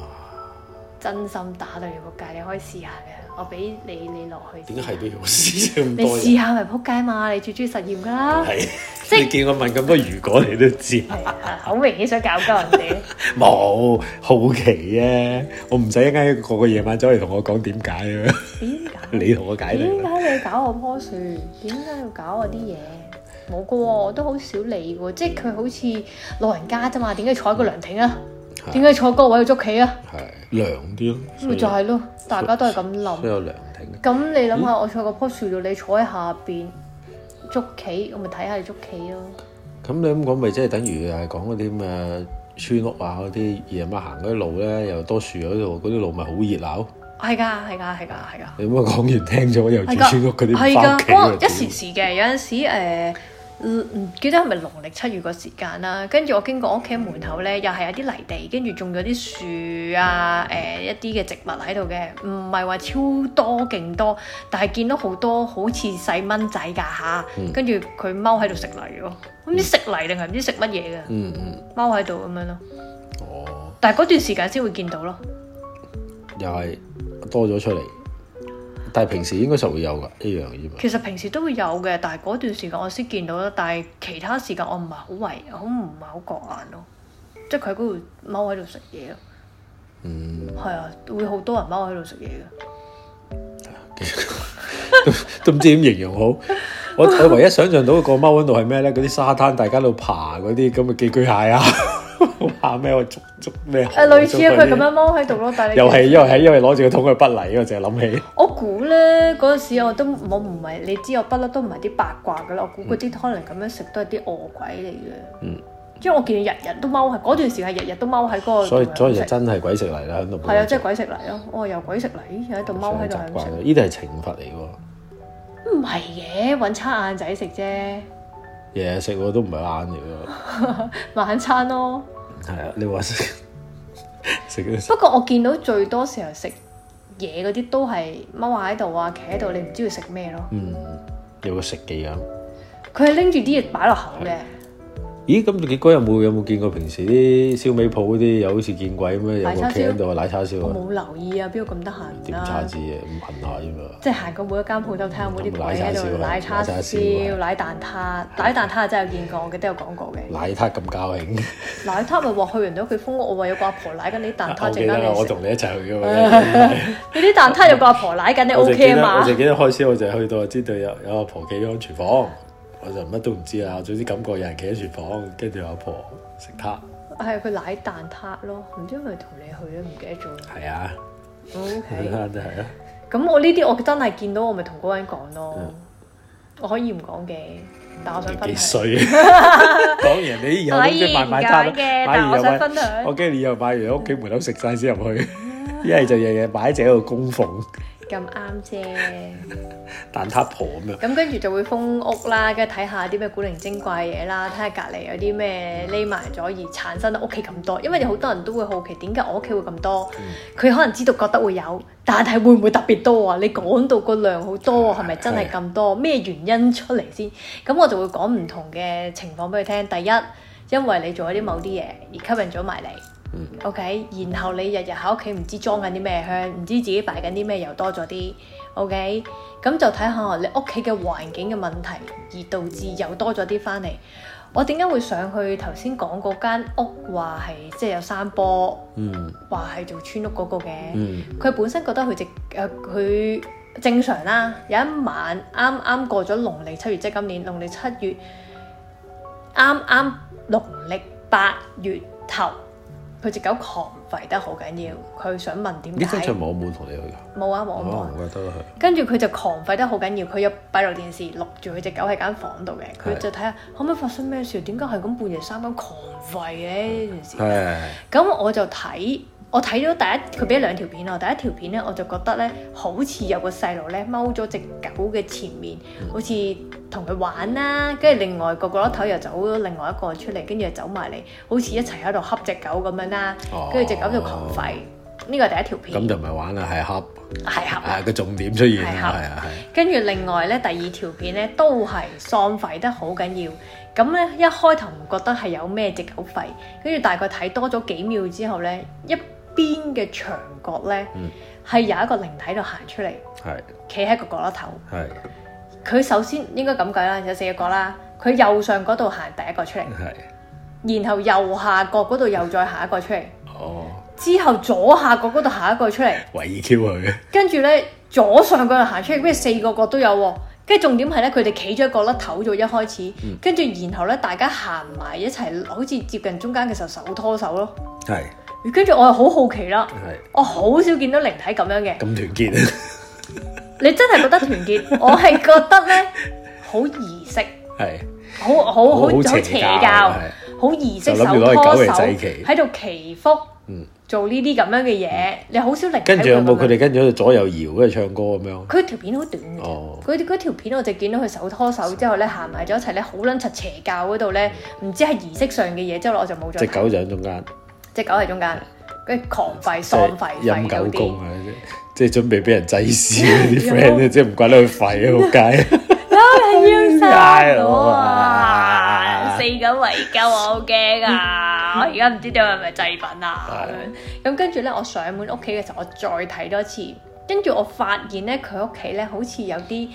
S1: 真心打到你仆街，你可以試下嘅，我俾你你落去。
S2: 點解係都要我試咁
S1: 你
S2: 多
S1: 試
S2: 嘢？
S1: 下咪仆街嘛？你最中意實驗㗎啦，
S2: 係
S1: 即係
S2: 你見我問咁多如果，你都知
S1: 係啊， 好明顯想搞鳩人哋。
S2: 冇好奇啫。我唔使一間個個夜晚走嚟同我講點解啊！
S1: 點解？
S2: 你同我解
S1: 點
S2: 釋。
S1: 解你搞我棵樹？點解要搞我啲嘢？冇噶喎，我都好少理喎，即係佢好似老人家啫嘛，點解坐喺個涼亭啊？
S2: 係
S1: 點解坐嗰個位去捉棋啊？
S2: 係涼啲咯，
S1: 咪就係咯，大家都係咁
S2: 都
S1: 諗。
S2: 有涼亭。
S1: 咁你諗下，我坐嗰棵樹度，你坐喺下邊捉棋，我咪睇下你捉棋咯。
S2: 咁你咁講，咪即係等於係講嗰啲咁嘅村屋啊，嗰啲夜晚行嗰啲路咧，又多樹嗰度，嗰啲路咪好熱鬧。
S1: 係㗎，係㗎，係㗎，係㗎。
S2: 你咁啊樣講完聽咗，又住
S1: 係
S2: 村屋
S1: 㗎，
S2: 嗰啊
S1: 係
S2: 啲唔翻屋
S1: 㗎，
S2: 企
S1: 嗰個
S2: 喎
S1: 一時時嘅，有陣時誒，呃唔、唔記得係咪農曆七月個時間啦。跟住我經過我屋企門口
S2: 嗯
S1: 咧，又係有啲泥地，跟住種咗啲樹啊，誒、一啲嘅植物喺度嘅，唔係話超多勁多，但係見到好多好似細蚊仔㗎吓，
S2: 嗯
S1: 跟住佢踎喺度食泥咯，唔知食泥定係唔知食乜嘢嘅，
S2: 嗯嗯，
S1: 踎喺度咁樣咯。
S2: 哦，
S1: 但係嗰段時間先會見到咯，
S2: 又係多咗出嚟，但係平時應該實會有㗎一樣啫嘛。
S1: 其實平時都會有嘅，但係嗰段時間我先見到啦。但係其他時間我唔係好為，好唔係好覺眼咯。即係佢喺嗰度踎喺度食嘢咯。嗯。係啊，會好多人踎喺度食嘢嘅。
S2: 都唔知點形容好。 我我唯一想象到個踎喺度係咩咧？嗰啲沙灘大家喺度爬嗰啲咁嘅寄居蟹啊， 爬咩我捉捉咩？
S1: 誒，類似啊，佢咁樣踎喺度咯，但係你
S2: 又係因為係因為攞住個桶去不泥，我淨係諗起。
S1: 我估咧嗰陣時我都我唔係你知我不嬲都唔係啲八卦噶啦，我估嗰啲可能咁樣食都係啲餓鬼嚟嘅。嗯。因為我見佢日日都踎喺嗰段時間，日日都踎喺嗰個。
S2: 所以所以就真係鬼食泥啦，喺度。
S1: 哦係啊，即係鬼食泥咯！我又鬼食泥，又喺度踎喺度
S2: 習
S1: 喺度
S2: 慣
S1: 食
S2: 啦。呢啲係懲罰嚟喎，
S1: 唔係嘅，揾餐晏仔食啫，
S2: 日日食我都唔係啱嚟喎。
S1: 晚餐咯。
S2: 係啊，你話食食嗰啲
S1: 不過我見到最多時候食嘢嗰啲都係踎下喺度啊，企喺度，你唔知佢食咩咯。
S2: 嗯有個食啊嘅樣。
S1: 佢係拎住啲嘢擺落口嘅，
S2: 咦，咁你嗰有冇有冇見過平時啲燒味鋪嗰啲又好似見鬼咁樣，有
S1: 奶叉
S2: 個
S1: 燒
S2: 企喺度奶叉燒
S1: 我
S2: 啊，
S1: 冇留意啊，邊度咁得閒
S2: 點叉
S1: 啦？
S2: 子嘅，咁問下啫嘛。
S1: 即係行過每一間鋪頭睇下有冇啲鬼喺度
S2: 咁奶
S1: 奶
S2: 叉
S1: 叉
S2: 燒啊
S1: 燒、奶蛋撻、奶蛋撻真係有見過，我記得有講過嘅。
S2: 奶撻咁交興，
S1: 奶撻咪話去完咗佢封屋，我話有個阿婆奶緊你啲 蛋
S2: 啊我
S1: 撻，陣
S2: 記得
S1: 間
S2: 啦，
S1: 你
S2: 我
S1: 食。
S2: 同你一齊去嘅 嘛。
S1: 你啲蛋撻有個阿婆奶緊你
S2: 我就記
S1: OK
S2: 得
S1: 啊
S2: 我
S1: 嘛
S2: 就？記得開始我就去到知道有有阿婆企咗喺廚房，我就乜都唔知啦。總之感覺有人企喺廚房，跟住有阿婆食撻，
S1: 係啊佢奶蛋撻咯，唔知係咪同你去咧，唔記得咗。
S2: 係啊，
S1: O
S2: 嗰
S1: K，
S2: 餐真 係啊。
S1: 咁我呢啲我真係見到，我咪同嗰個人講咯。我可以唔講嘅，但我想
S2: 嗯幾
S1: 分享。
S2: 衰啊！講人你以後都即係買
S1: 可
S2: 買
S1: 以唔
S2: 攤
S1: 揀嘅
S2: 買
S1: 但我
S2: 完又
S1: 想
S2: 買
S1: 分享，
S2: 我驚你以後買完喺屋企門口食晒先入去，一係就日日擺喺度供奉
S1: 咁啱啫。
S2: 蛋撻婆咁樣。
S1: 咁跟住就會封屋啦，跟住睇下啲咩古靈精怪嘢啦，睇下隔離有啲咩匿埋咗而產生屋企咁多。因為好多人都會好奇點解我屋企會咁多，
S2: 嗯
S1: 佢、可能知道覺得會有，但係會唔會特別多啊？你講到個量好多啊，係咪真係咁多？咩原因出嚟先？咁我就會講唔同嘅情況俾佢聽。第一，因為你做咗啲某啲嘢而吸引咗埋你。 OK，然後你日日喺屋企唔知裝緊啲咩香，唔知自己擺緊啲咩油多咗啲，OK，咁就睇下你屋企嘅環境嘅問題，而導致又多咗啲翻嚟。我點解會上去頭先講嗰間屋話係即係有山坡，
S2: 嗯
S1: 話係做村屋嗰個嘅？
S2: 嗯
S1: 佢本身覺得佢直誒佢呃正常啦。有一晚啱啱過咗農曆七月，即係今年農曆七月，啱啱農曆八月頭，佢只狗狂吠得好緊要。佢想問點
S2: 呢
S1: 解
S2: 張？唱我冇同你去㗎，
S1: 冇啊冇啊冇啊
S2: 哦，我覺得去，
S1: 跟住佢就狂吠得好緊要，佢有閉路電視錄住佢隻狗喺間房度嘅，佢
S2: 係
S1: 就睇下可唔可以發生咩事，點解係咁半夜三更狂吠嘅呢件事？
S2: 係
S1: 咁我就睇，我睇咗第一，佢俾兩條片我，第一條片咧我就覺得咧，好似有個細路咧踎咗只狗嘅前面，好似同佢玩啦，跟住另外個角落頭又走咗另外一個出嚟，跟住又走埋嚟，好似一齊喺度恰只狗咁樣啦，
S2: ờ.
S1: 跟住只狗就狂吠，呢個係第一條
S2: 咁
S1: 片，
S2: 就唔係玩啦，係恰，
S1: 係啊合
S2: 係個重點出現
S1: 係
S2: 啦，
S1: 恰
S2: 係啊係。
S1: 跟住另外咧，第二條片咧都係喪吠得好緊要。咁咧一開頭唔覺得係有咩隻狗吠，跟住大概睇多咗幾秒之後咧，一邊嘅牆角咧
S2: 嗯
S1: 係、有一個靈體喺度行出嚟，
S2: 係
S1: 企喺個角落頭。
S2: 係
S1: 佢首先應該咁計啦，有四個角啦。佢右上嗰度行第一個出
S2: 係，
S1: 嚟，然後右下角嗰度又再下一個出嚟，
S2: 哦，
S1: 之後左下角嗰度下一個出嚟。
S2: 圍 Q 佢，
S1: 跟住咧左上角又行出嚟，跟住四個角都有喎。跟住重點係咧，佢哋企咗一個甩頭咗一開始，
S2: 嗯
S1: 跟住、然後咧大家行埋一齊，好似接近中間嘅時候手拖手咯。
S2: 係
S1: 跟住我又好好奇啦，
S2: 係
S1: 我好少見到靈體咁樣嘅。
S2: 咁團結，
S1: 你真係覺得團 結，我係覺得咧好儀式，
S2: 係
S1: 好好好好邪教，
S2: 係
S1: 好儀式
S2: 就
S1: 手
S2: 諗住攞嚟
S1: 拖
S2: 狗嚟
S1: 手
S2: 祭旗
S1: 喺度祈福
S2: 嗯，
S1: 做呢啲咁樣嘅嘢，你好少靈體
S2: 跟住有冇佢
S1: 會咁樣
S2: 哋跟住喺度左右搖，跟住唱歌咁樣？
S1: 佢條片好短嘅啫
S2: 哦，
S1: 嗰啲嗰條片我就見到佢手拖手之後咧行埋咗一齊咧，好撚柒邪教嗰度咧，唔知係儀式上嘅嘢之後我就冇再
S2: 只
S1: 睇。
S2: 嗯狗就喺中間，
S1: 只狗喺中間，跟住狂吠、
S2: 即
S1: 喪吠、
S2: 係
S1: 吠
S2: 陰
S1: 到
S2: 狗
S1: 啲
S2: 公。啊！即係準備俾人祭祀嗰啲
S1: 有
S2: friend 咧，即係唔怪得佢吠啊！仆街，
S1: 哎要
S2: 殺
S1: 殺
S2: 我
S1: 我
S2: 啊
S1: 啊！四狗圍鳩我好驚 啊！我而家唔知道係咪製品啊咁樣咁跟住咧，我上門屋企嘅時候，我再睇多次，跟住我發現咧，佢屋企咧好似有啲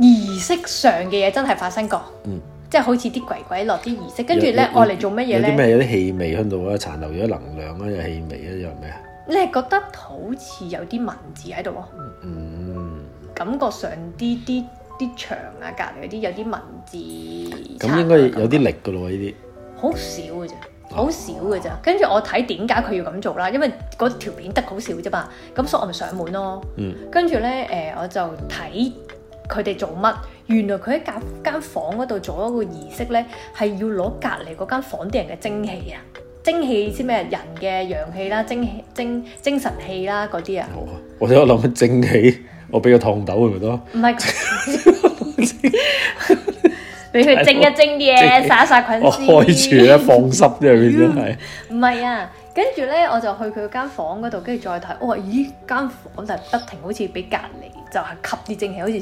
S1: 儀式上嘅嘢真係發生過，
S2: 嗯
S1: 即係好似啲鬼鬼落啲儀式，跟住
S2: 有
S1: 咧
S2: 有
S1: 我嚟做乜嘢
S2: 有啲
S1: 咧？
S2: 咩？有啲氣味喺度啊，殘留咗能量啊，有氣味啊，有咩啊？
S1: 你係覺得好似有啲文字喺度咯，
S2: 嗯，
S1: 感覺上啲啲啲牆啊，隔離嗰啲有啲文字啊殘留
S2: 咁
S1: 感覺。
S2: 應該有啲力噶咯喎，呢
S1: 好少嘅啫，好少嘅啫。跟住我睇點解佢要咁做啦，因為嗰條片得好少啫嘛，咁所以我咪上門咯。
S2: 嗯
S1: 跟住咧誒，我就睇佢哋做乜。原來佢喺隔間房嗰度做一個儀式咧，係要攞隔離嗰間房啲人嘅精氣啊！精氣先咩？人嘅陽氣啦，精氣精精神氣啦嗰啲啊，
S2: 啲，我我喺度諗緊蒸氣，我俾個燙斗佢咪得咯。
S1: 唔係俾佢蒸一蒸啲嘢，殺一殺菌
S2: 我
S1: 先。
S2: 開住咧放濕啫，佢真係
S1: 唔係啊，跟住咧我就去佢間房嗰度，跟住再睇，我話咦間房就不停好似俾隔離就係吸啲蒸氣，好似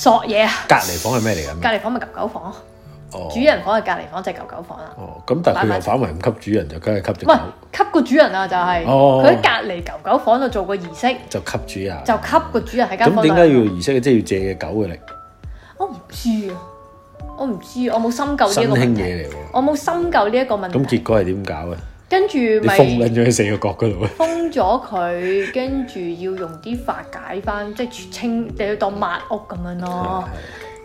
S1: 索嘢啊！
S2: 隔離房係咩嚟
S1: 隔
S2: 㗎？
S1: 離房咪狗狗房咯，
S2: 哦
S1: 主人房係隔離房就係狗狗房啦。
S2: 哦，咁但係佢又反為唔吸主人，就梗係吸只
S1: 唔係
S2: 狗，
S1: 吸個主人啊，就係
S2: 哦
S1: 佢喺隔離狗狗房度做個儀式，
S2: 就吸主人。
S1: 就吸個主人喺間
S2: 咁
S1: 房度。
S2: 點解要儀式嘅？即係要借只狗嘅力，
S1: 我唔知啊，我唔知，我冇深究呢
S2: 新
S1: 一個
S2: 興
S1: 問題，
S2: 嘢嚟喎。
S1: 我冇深究呢一個問
S2: 咁
S1: 題。
S2: 結果係點搞啊？
S1: 跟住
S2: 你
S1: 咪
S2: 封撚咗喺四個角嗰度 啊？
S1: 封咗佢，跟住要用啲法解翻，即係清，你要當抹屋咁樣咯，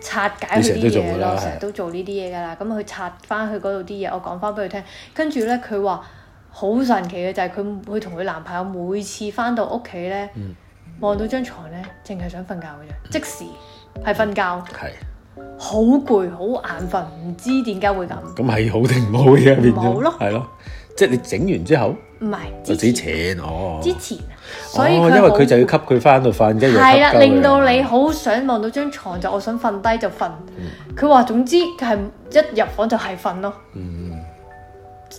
S1: 拆解佢
S2: 你成日都
S1: 啲
S2: 做
S1: 嘢
S2: 㗎
S1: 咯，
S2: 啦
S1: 成日
S2: 係
S1: 都做呢啲嘢㗎啦。咁佢拆翻佢嗰度啲嘢，我講翻俾佢聽，跟住咧佢話好神奇嘅就係佢佢同佢男朋友每次翻到屋企咧，
S2: 嗯
S1: 望到張床咧，淨係想瞓覺嘅啫，即時係瞓覺，
S2: 係
S1: 好攰好眼瞓，唔知點解會咁，
S2: 咁係好定唔好嘅變
S1: 唔好
S2: 咗
S1: 咯
S2: 係咯，即係你整完之後
S1: 唔係
S2: 就
S1: 之
S2: 之
S1: 前
S2: 前哦，
S1: 之前啊，所
S2: 哦，
S1: 以
S2: 因
S1: 佢
S2: 為
S1: 好
S2: 佢就要吸佢翻到瞓，跟住又吸
S1: 係啦，
S2: 鳩
S1: 令到
S2: 佢
S1: 你好想望到張床就我想瞓低就瞓。佢話、總之佢係一入房就係瞓咯，
S2: 嗯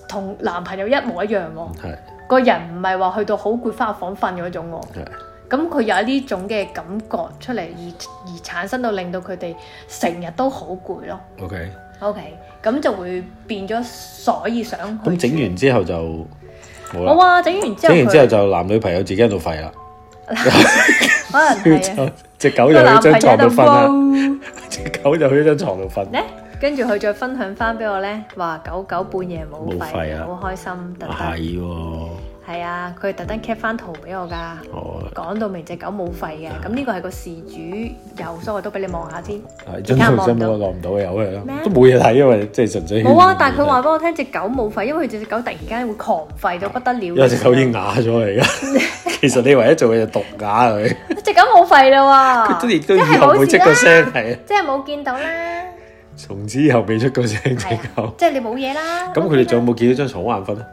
S1: 同男朋友一模一樣喎、
S2: 係
S1: 個人唔係話去到好攰翻入房瞓嗰種喎、
S2: 係
S1: 咁佢有呢種嘅感覺出嚟，而而產生到令到佢哋成日都好攰咯。
S2: OK
S1: OK，咁就會變咗，所以想去
S2: 咁整完之後就冇
S1: 冇
S2: 啦。
S1: 啊！整完之後
S2: 整
S1: 佢，
S2: 完之後就男女朋友自己喺度吠啦，
S1: 可能係啊，
S2: 只狗
S1: 個
S2: 就
S1: 男
S2: 喺
S1: 朋
S2: 張
S1: 友
S2: 床度
S1: 就
S2: 瞓啦，
S1: 哇
S2: 只狗就喺張床 度瞓。
S1: 咧，跟住佢再分享翻俾我咧，話狗狗半夜冇
S2: 冇
S1: 吠
S2: 吠
S1: 啊，
S2: 啊
S1: 好開心，特登
S2: 係喎，
S1: 係啊，佢特登 cap 翻圖俾我㗎。
S2: 哦，
S1: 講到明隻狗冇肺嘅，咁呢個係個事主有，所以我都俾你望下先。
S2: 真
S1: 家
S2: 係
S1: 望唔
S2: 真
S1: 到
S2: 冇落唔到嘅，由佢啦
S1: 咩，
S2: 都冇嘢睇，因為即係純粹
S1: 冇啊
S2: 圈，
S1: 但係 佢話俾我聽，隻狗冇肺，因為隻狗突然間會狂吠到不得了。
S2: 因為只狗已經啞咗 嚟㗎。其實你唯一做嘅就毒啞佢，
S1: 隻狗冇肺啦喎，
S2: 都亦都
S1: 即
S2: 以
S1: 係
S2: 後
S1: 冇
S2: 會
S1: 事
S2: 即
S1: 啦
S2: 個聲係，
S1: 即係冇見到啦，
S2: 從此以後未出個聲只
S1: 係
S2: 狗
S1: 啊。，即係你冇嘢啦。
S2: 咁佢哋仲有冇見到張床好眼瞓咧？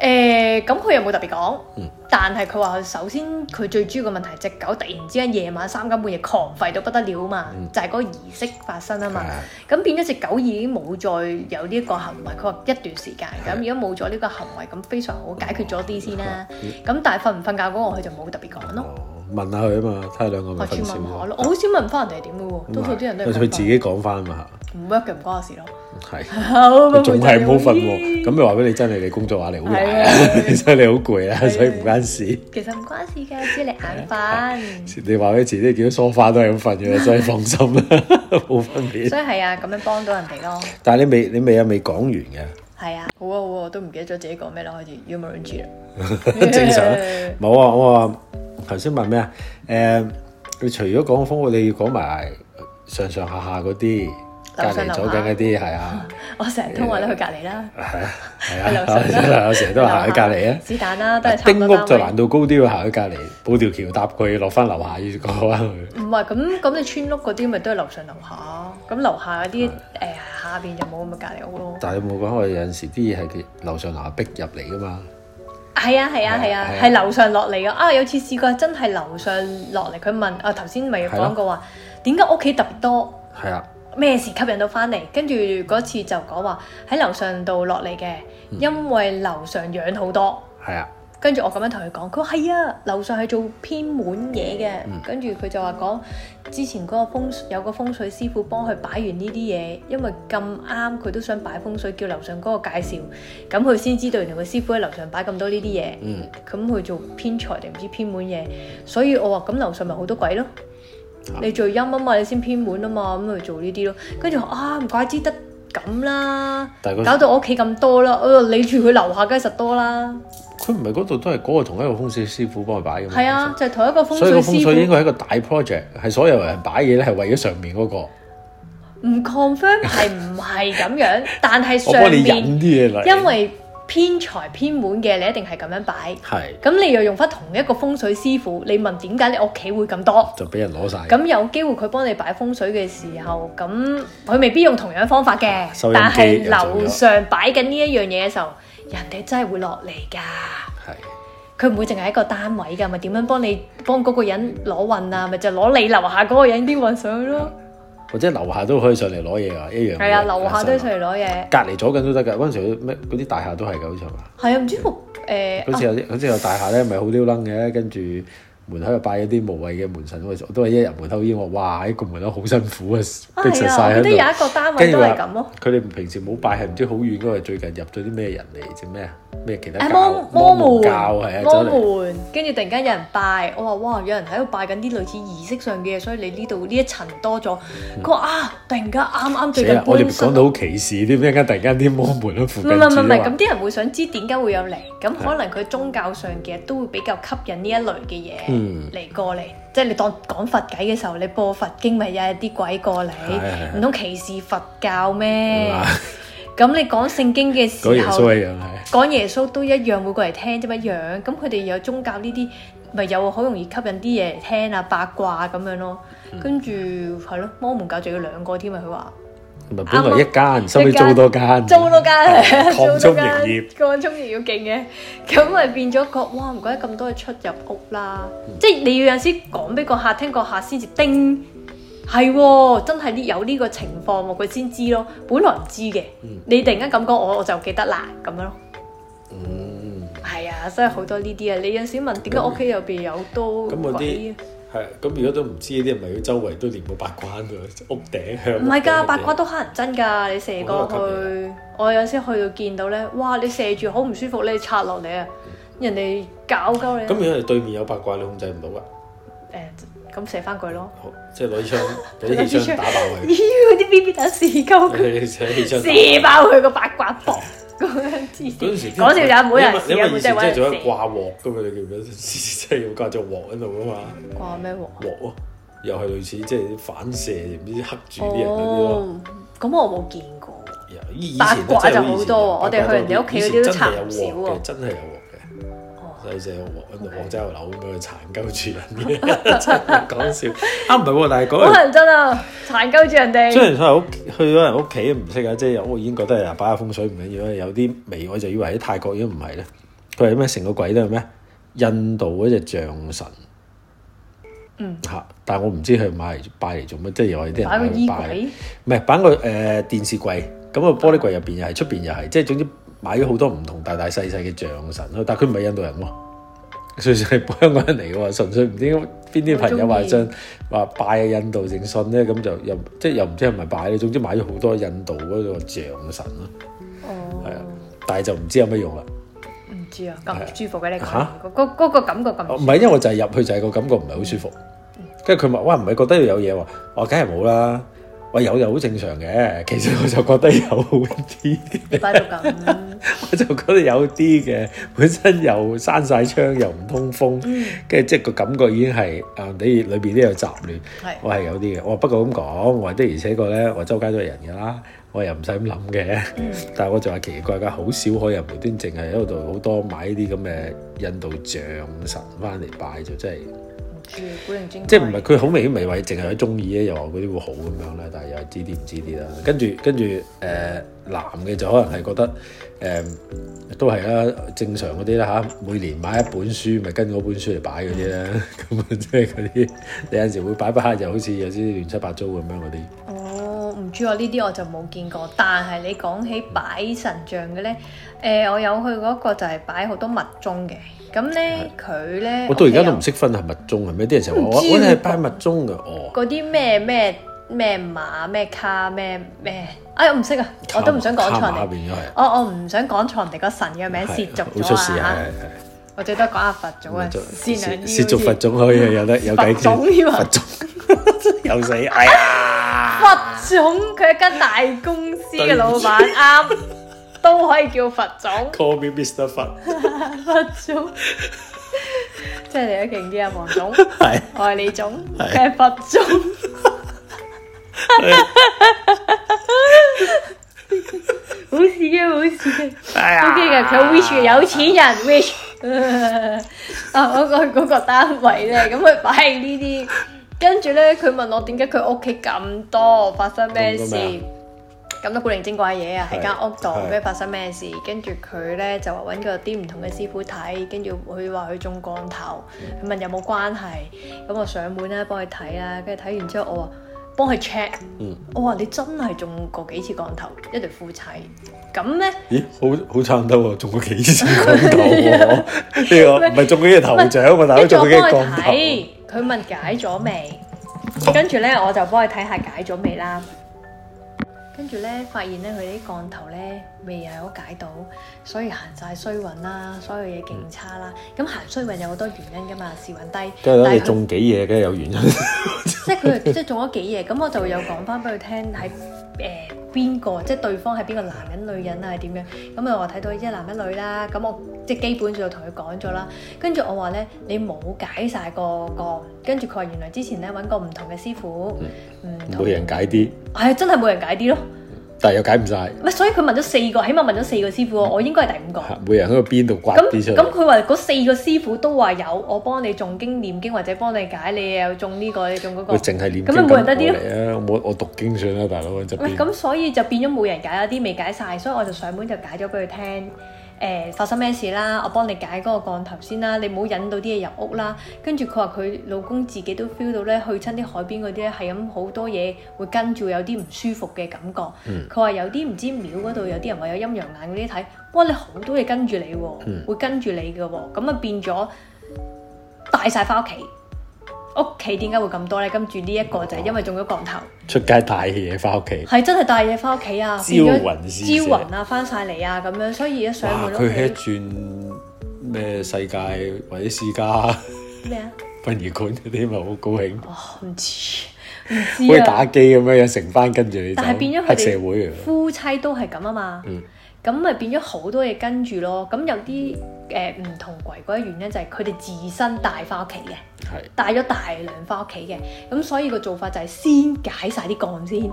S1: 誒，咁佢又冇特別講
S2: 嗯，
S1: 但係佢話首先佢最主要嘅問題，隻狗突然之間夜晚三更半夜狂吠到不得了啊嘛，就係嗰個儀式發生啊嘛。咁變咗只狗已經冇再有呢一個行為，佢話一段時間咁，
S2: 係
S1: 如果冇咗呢個行為，咁非常好，解決咗啲先啦。咁但係瞓唔瞓覺嗰個佢就冇特別講咯，
S2: 哦，問下佢啊嘛，睇下兩個咪
S1: 我全問
S2: 瞓少
S1: 下
S2: 咗。
S1: 咯，我好少問翻人哋係點嘅喎，多數啲人都係
S2: 佢
S1: 瞓
S2: 自己講翻嘛，
S1: 唔 work 嘅唔關我事咯。
S2: 係
S1: 咁
S2: 仲係唔好瞓
S1: 咦
S2: 喎。咁咪話俾你真係你工作壓力好大
S1: 係
S2: 啊
S1: 啊，
S2: 你 真係你好攰
S1: 係啊
S2: 啊，所以唔關事。
S1: 其實唔關事嘅，只係你眼瞓，
S2: 你話俾自己見到梳化都係咁瞓嘅，所以放心啦，冇分別。
S1: 所以係啊，咁樣幫到人哋咯。
S2: 但係你未你未啊未講 完嘅，
S1: 係啊，好啊好啊，我都唔記得咗自己講咩啦，開始 u m o r n g 啦。
S2: 正常啊。冇啊，我話頭先問咩啊？誒，你除咗講風，你要講埋上上下下嗰啲，隔
S1: 樓上
S2: 離
S1: 樓下
S2: 左近嗰啲係 啊。
S1: 我成日都話咧去隔離 啦，
S2: 係
S1: 去樓上
S2: 啊，我成日都行喺隔離啊。
S1: 是但啦，都係差唔
S2: 丁
S1: 多
S2: 屋就
S1: 單位
S2: 難。度高啲，要行喺隔離，補條橋搭佢落翻樓下要 過翻去。
S1: 唔係咁咁，你村屋嗰啲咪都係樓上樓下，咁樓下嗰啲
S2: 嗯
S1: 誒下邊就冇咁嘅隔離屋咯。
S2: 但係你冇講，我哋有陣時啲嘢係佢樓上樓下逼入嚟噶嘛。
S1: 係啊係啊係啊
S2: 係，啊
S1: 係樓上落嚟嘅。啊有次試過真係樓上落嚟，佢問啊頭先咪有講過話點解屋企特別多
S2: 係啊，
S1: 咩事吸引到翻嚟？跟住嗰次就講話喺樓上度落嚟嘅，因為樓上養好多。
S2: 係啊，
S1: 跟住我咁樣同佢講，佢話係啊，樓上係做偏門嘢嘅。跟住佢就話講，之前嗰個風有個風水師傅幫佢擺完呢啲嘢，因為咁啱佢都想擺風水，叫樓上嗰個介紹，咁佢先知道原來佢師傅喺樓上擺咁多呢啲嘢。
S2: 嗯，
S1: 咁佢做偏財定唔知偏門嘢，所以我話咁樓上咪好多鬼咯。你最陰啊嘛，你先偏門啊嘛，咁咪做呢啲咯。跟住我啊，唔怪之得咁啦，
S2: 但係佢
S1: 搞到我屋企咁多啦。我話你住佢樓下梗係實多啦。
S2: 佢唔係嗰度都係嗰個同一個風水師傅幫佢擺嘅嘛。
S1: 係啊，就係同一個風
S2: 所以
S1: 水
S2: 個風水
S1: 師
S2: 應
S1: 傅
S2: 該係一個大 project，係所有人擺嘢咧係為咗上面嗰個。
S1: 唔 confirm 係唔係咁樣， 但係
S2: 我
S1: 上
S2: 幫你
S1: 面
S2: 引啲嘢嚟。
S1: 因為偏財偏滿嘅，你一定係咁樣擺。
S2: 係
S1: 咁你又用翻同一個風水師傅，你問點解你屋企會咁多？
S2: 就俾人攞晒。
S1: 咁有機會佢幫你擺風水嘅時候，咁佢未必用同樣方法嘅
S2: 收，音機
S1: 但係
S2: 又做咗
S1: 樓上擺緊呢一樣嘢嘅時候，人哋真係會落嚟㗎。
S2: 係
S1: 佢唔會淨係一個單位㗎，咪點樣幫你幫嗰個人攞運啊？咪就攞你樓下嗰個人啲運上去咯。
S2: 或者樓下都可以上嚟攞嘢啊，一樣嘅。
S1: 係啊，樓下都上嚟攞嘢。
S2: 隔離左近都得㗎。嗰陣時咩嗰啲大廈都係㗎，好似係嘛？
S1: 係啊，唔知服誒
S2: 好似有啲好似有大廈咧，咪好撩楞嘅，跟住門口又擺咗啲無謂嘅門神，我都係一入門口已經話：哇！呢個門口好辛苦啊，
S1: 啊
S2: 逼
S1: 係
S2: 實
S1: 啊，我
S2: 晒喺
S1: 記得有一
S2: 度。
S1: 個單位
S2: 跟
S1: 都
S2: 住
S1: 係
S2: 話
S1: 咁咯。
S2: 佢哋平時冇拜係唔知好遠嗰個，最近入咗啲咩人嚟？定咩啊？咩其他
S1: 誒
S2: 教
S1: 摩摩
S2: 門
S1: 哎門
S2: 教係啊，
S1: 摩
S2: 走嚟
S1: 門，跟住突然間有人拜，我話哇，有人喺度拜緊啲類似儀式上嘅嘢，所以你呢度呢一層多咗。佢話啊，突然間啱啱最
S2: 嗯死
S1: 近
S2: 啦！我哋
S1: 搬新
S2: 講到好歧視添，一間突然間啲摩門喺附
S1: 唔
S2: 近
S1: 係唔係唔係，
S2: 住啊
S1: 咁啲人會想知點解會有嚟，咁可能佢宗教上嘅都會比較吸引呢一類嘅嘢
S2: 嗯
S1: 嚟過嚟，即係你當講佛偈嘅時候，你播佛經咪有一啲鬼過嚟
S2: 係，係
S1: 唔通歧視佛教
S2: 係
S1: 咩
S2: 嘛？
S1: 咁你講聖經嘅時
S2: 嗰耶
S1: 候
S2: 穌，一樣係。
S1: 講耶穌都一樣會過嚟聽啫嘛，一樣咁佢哋有宗教呢啲，咪有好容易吸引啲嘢嚟聽啊八卦咁樣咯，跟住係咯，摩門教仲要兩個添啊，佢話。
S2: 唔係本來一間，收尾租多間，
S1: 租多間，租
S2: 擴
S1: 多
S2: 充
S1: 間
S2: 營業，，
S1: 擴充營業勁嘅，咁咪變咗個哇唔怪得咁多嘢出入屋啦，即係你要有陣時講俾個客聽，個客先至叮，係喎，真係呢有呢個情況喎，佢先知咯，本
S2: Ừ.
S1: 來唔知嘅，你突然間咁講我我就記得啦咁樣咯，
S2: 嗯，
S1: 係啊，啊，真係好多呢啲啊！你有時問點解屋企入邊有刀
S2: 咁嗰啲
S1: 鬼？
S2: 係咁，而家都唔知呢啲係咪要周圍都連個八卦喺度屋頂向
S1: 唔係㗎，
S2: 屋頂
S1: 八卦都乞人憎㗎！你射過
S2: 我都有吸
S1: 去，我有時去到見到咧，哇！你射住好唔舒服，你拆落嚟啊！人哋搞鳩你啊
S2: 咁如果係對面有八卦，你控制唔到
S1: 誒，
S2: 㗎，
S1: 咁射翻佢咯。
S2: 好即係攞支槍攞啲氣槍打爆佢，
S1: 咦！嗰啲 B B 彈射鳩 佢，
S2: 你攞氣槍打爆佢
S1: 射爆佢個八卦博咁樣黐
S2: 嗰陣時
S1: 線。講笑咋，冇人
S2: 你
S1: 試啊，
S2: 因為你因為
S1: 冇
S2: 以前
S1: 真係
S2: 真係
S1: 揾
S2: 仲有
S1: 人
S2: 掛鑊噶嘛，你記唔記得？真係要掛隻鑊喺度噶嘛，
S1: 射。掛咩鑊？啊
S2: 鑊咯，又係類似即係反射，唔知黑住啲人嗰啲咯。
S1: 哦，咁我冇見過。
S2: 以
S1: 八
S2: 前
S1: 卦
S2: 真係
S1: 就好
S2: 以前
S1: 多喎我哋去人哋屋企嗰啲都
S2: 八卦
S1: 拆
S2: 多
S1: 唔
S2: 以
S1: 少
S2: 前
S1: 喎
S2: 真係有鑊嘅，真係有鑊
S1: 哦
S2: 嘅，細細有鑊喺度
S1: OK
S2: 鑊仔又扭咁樣去殘鳩住人嘅， 真係講笑。啊唔係喎，但係
S1: 好
S2: 嗰樣
S1: 人憎啊，殘鳩住人
S2: 雖
S1: 哋。
S2: 然佢屋去咗人屋企唔識啊，即係我已經覺得啊擺下風水唔緊要啦。有啲味我就以為喺泰國已經唔係咧，佢係咩成個鬼都係咩印度嗰只象神。
S1: 嗯
S2: 嚇！但係我唔知佢買嚟拜嚟做乜，即係又係啲人
S1: 擺個
S2: 買
S1: 衣
S2: 嚟拜，
S1: 櫃，
S2: 唔係擺個誒、呃、電視櫃，咁個玻璃櫃入邊又係，出邊又係，即係總之買咗好多唔同大大細細嘅象神咯。但係佢唔係印度人喎， 純粹係香港人嚟嘅喎，純粹唔知邊啲朋友話
S1: 好鍾
S2: 想話拜印度正信咧，咁就又即係又唔知係咪拜咧。總之買咗好多印度嗰個象神咯，係啊
S1: 哦，，
S2: 但係就唔知有乜用啦。
S1: 唔知啊，咁唔
S2: 係啊
S1: 舒服嘅你
S2: 嚇
S1: 講，嗰嗰嗰個感覺咁唔舒
S2: 唔
S1: 服。
S2: 係，因為我就係入去就係個感覺唔係好舒服。跟住佢話：哇，唔係覺得有嘢喎？我梗係冇啦。喂，有就好正常嘅。其實我就覺得有啲，
S1: 你擺到咁，
S2: 我就覺得有啲嘅。本身又閂晒窗，又唔通風，跟住即係個感覺已經係啊，你裏邊都有雜亂。
S1: 係
S2: 我係有啲嘅。我話不過咁講，我話的而且確咧，我周街都係人㗎啦。我又唔使咁諗嘅。但係我就話奇怪㗎，好少可有無端淨係喺度好多買呢啲咁嘅印度象神翻嚟拜就真係。
S1: 唔知古靈精怪。
S2: 即係唔係佢好明顯未為淨係佢中意咧，又話嗰啲會好咁樣啦，但係又係知啲唔知啲啦。跟住跟住誒、呃男嘅就可能係覺得誒、呃都係啦，正常嗰啲啦嚇，每年買一本書咪跟嗰本書嚟擺嗰啲啦， 咁啊即係嗰啲你有陣時會擺擺下，又好似有啲亂七八糟咁樣嗰啲。
S1: 哦，唔知啊，呢啲我就冇見過。但係你講起擺神像嘅咧，誒、我有去嗰個就係擺好多物鐘嘅。咁咧佢咧，
S2: 我到而家都
S1: 屋
S2: 唔
S1: 企
S2: 識分係密宗係咩，啲人成日話我
S1: 唔知
S2: 我哋係
S1: 喎
S2: 拜密宗嘅，哦
S1: 有，嗰啲咩咩咩馬咩卡咩咩，哎我唔識啊，我都唔想講
S2: 卡
S1: 錯
S2: 瑪
S1: 人哋。
S2: 變咗係
S1: 我我唔想講錯人哋個神嘅名，涉
S2: 係
S1: 俗
S2: 好出事
S1: 咗
S2: 係
S1: 啊！
S2: 係係。
S1: 我最多講下佛祖啊，善良
S2: 涉足佛種可以有得有計
S1: 佛種添啊
S2: 佛 種又死，哎呀！
S1: 佛總佢係一間大公司嘅老闆，啱都可以叫佛總。
S2: Call me Mr. 佛，
S1: 佛總，即係你都勁啲啊，黃總。
S2: 係
S1: 我係李總，
S2: 係
S1: 佢係佛總。 冇事嘅，冇事嘅
S2: 哎呀
S1: ，OK 嘅。佢 wish 嘅有錢人 wish。啊，嗰個嗰個單位咧，咁佢擺呢啲，跟住咧佢問我點解佢屋企咁多，發生咩
S2: 咁
S1: 事
S2: 咁咩？
S1: 咁多古靈精怪嘢啊！喺
S2: 係
S1: 間屋度
S2: 係
S1: 咩發生咩事？跟住佢咧就話揾過啲唔同嘅師傅睇，跟住佢話佢中降頭，
S2: 嗯
S1: 佢問有冇關係，咁我上門啦幫佢睇啦，跟住睇完之後我話幫佢 check，
S2: 嗯
S1: 我話你真係中過幾次降頭，一對夫妻，咁咧
S2: 咦，好好撐得喎，中過幾次降頭喎？呢個唔係中幾隻頭獎喎，但係
S1: 跟住我
S2: 中過幾隻
S1: 幫佢
S2: 降頭。
S1: 睇，佢問解咗未，跟住咧我就幫佢睇下解咗未啦。跟住咧，發現咧佢啲降頭咧未係好解到，所以行晒衰運啦，所有嘢勁差啦。咁行衰運有好多原因噶嘛，時運低，
S2: 跟
S1: 但
S2: 住咧，
S1: 係
S2: 你
S1: 佢
S2: 中幾嘢，梗係有原因。
S1: 即係佢 即係中咗幾嘢，咁我就有講翻俾佢聽喺誒邊個，即係對方係邊個男人、女人啊，係點樣？咁啊，我睇到一男一女啦，咁我即係基本上就同佢講咗啦。跟住我話咧，你冇解晒個個，跟住佢話原來之前咧揾過唔同嘅師傅，唔同
S2: 嗯每人解啲，
S1: 係啊真係冇人解啲咯。
S2: 但係又解唔晒。
S1: 咪所以佢問咗四個，起碼問咗四個師
S2: 嗯
S1: 傅喎，我應該係第五個。
S2: 每人喺個邊度刮
S1: 咁
S2: 啲出
S1: 咁
S2: 嚟。
S1: 佢話嗰四個師傅都話有，我幫你誦經念經或者幫你解，你又中呢個，你中嗰個
S2: 喂，。淨係念
S1: 咁
S2: 經
S1: 咪每人得啲咯
S2: 嚟啊！我冇我讀經算啦，大佬喺側
S1: 喂，
S2: 邊。
S1: 咁所以就變咗冇人解有啲未解晒，所以我就上門就解咗俾佢聽。誒發生咩事啦，我幫你解嗰個降頭先啦，你唔好引到啲嘢入屋啦。跟住佢話佢老公自己都 feel 到咧，去親啲海邊嗰啲咧係咁好多嘢會跟住有啲唔舒服嘅感覺。佢話、有啲唔知廟嗰度有啲人話有陰陽眼嗰啲睇，哇！你好多嘢跟住你喎、
S2: 嗯
S1: 會跟住你嘅喎、咁啊變咗帶晒翻屋企。屋企點解會咁多咧？跟住呢一個就係因為中咗降頭。
S2: 出街帶嘢翻屋企。
S1: 係真係帶嘢翻屋企啊，
S2: 招魂
S1: 變
S2: 施
S1: 咗
S2: 捨
S1: 招魂啊，翻晒嚟啊咁樣，所以一上
S2: 哇！
S1: 門屋
S2: 佢係一
S1: 企
S2: 轉咩世界或者私家
S1: 咩啊？
S2: 殯儀館嗰啲，咪好高興，
S1: 哦，唔知唔
S2: 好
S1: 知
S2: 似打
S1: 啊，
S2: 機咁樣，成班跟住你走，
S1: 但係變咗佢
S2: 黑社會
S1: 哋
S2: 啊！
S1: 夫妻都係咁啊嘛
S2: 嗯，
S1: 咁咪變咗好多嘢跟住咯。咁有啲誒唔同鬼鬼原因就係佢哋自身帶翻屋企嘅。
S2: 係
S1: 帶咗大量翻屋企嘅，咁所以個做法就係先解晒啲槓先，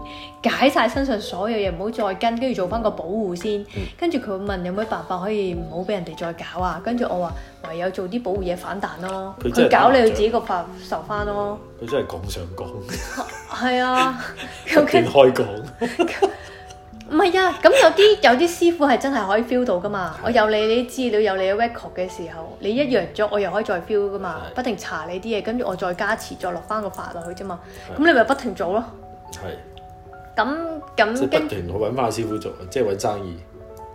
S1: 解晒身上所有嘢，唔好再跟，跟住做翻個保護先。
S2: 嗯
S1: 跟住佢會問有冇辦法可以唔好俾人哋再搞啊？跟住我話唯有做啲保護嘢反彈咯，
S2: 佢真
S1: 佢
S2: 係打麻
S1: 搞你
S2: 雀
S1: 佢自己個法受翻 咯。
S2: 佢真係講上講，
S1: 係 啊，
S2: 不
S1: 咁
S2: 斷
S1: 跟
S2: 開講。
S1: 唔係啊，咁有啲有啲師傅係真係可以 feel 到噶嘛。我有你啲資料，有你嘅 record 嘅時候，你一樣咗，我又可以再 feel 噶嘛。
S2: 係
S1: 不停查你啲嘢，跟住我再加持，再落翻個法落去啫嘛。
S2: 係
S1: 咁你咪不停做咯。
S2: 係，
S1: 咁
S2: 即係
S1: 咁
S2: 不
S1: 跟
S2: 斷去揾翻師傅做，即係揾生意。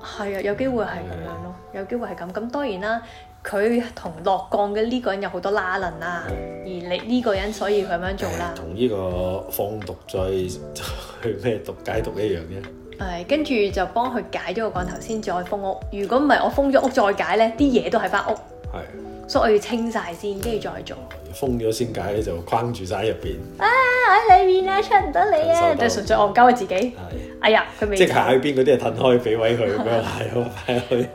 S1: 係啊，有機會係咁樣咯，有機會係咁。咁當然啦，佢同落降嘅呢個人有好多拉楞啦，而你呢個人所以佢咁樣做啦。
S2: 同呢個放毒再去 咩毒解毒一樣啫。
S1: 誒，跟住就幫佢解咗個降頭先，再封屋。如果唔係我封咗屋再解呢，啲嘢都係翻屋，
S2: 係
S1: 所以我要清晒先，跟住再做。
S2: 封咗先解，就框住晒喺入邊。
S1: 喺裏面啦，出唔到嚟
S2: 啊
S1: 啊！就純粹戇鳩佢自己。
S2: 係
S1: 哎呀，佢未
S2: 即係
S1: 走
S2: 下邊嗰啲係褪開俾位佢咁樣，係咯，擺落去。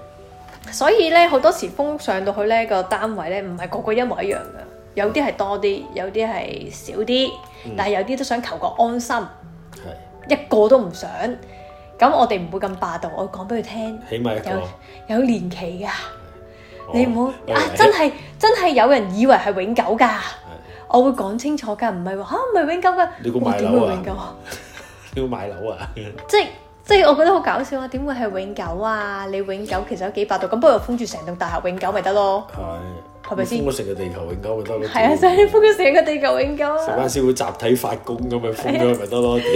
S1: 所以咧好多時封上到去咧個單位咧，唔係個個一模一樣嘅，有啲係多啲，有啲係少啲，
S2: 嗯
S1: 但係有啲都想求個安心，
S2: 係。
S1: 一個都唔想。咁我哋唔會咁霸道，我講俾佢聽，
S2: 起碼一個
S1: 有有年期㗎，
S2: 哦
S1: 你唔好
S2: 喂
S1: 啊！真係真係有人以為係永久㗎，
S2: 係
S1: 我會講清楚㗎，唔係話嚇唔係永久㗎，
S2: 你估
S1: 我
S2: 買
S1: 點會
S2: 樓啊
S1: 永久啊？
S2: 要買樓啊！
S1: 即係即係我覺得好搞笑啊！點會係永久啊？你永久其實有幾百度，咁不如封住成棟大廈永久咪得咯？
S2: 係
S1: 係咪先
S2: 封咗成個地球永久咪得咯？
S1: 係啊，所以你封咗成個地球永久
S2: 成
S1: 啊！
S2: 班師傅集體發功咁咪封咗佢咪得咯？屌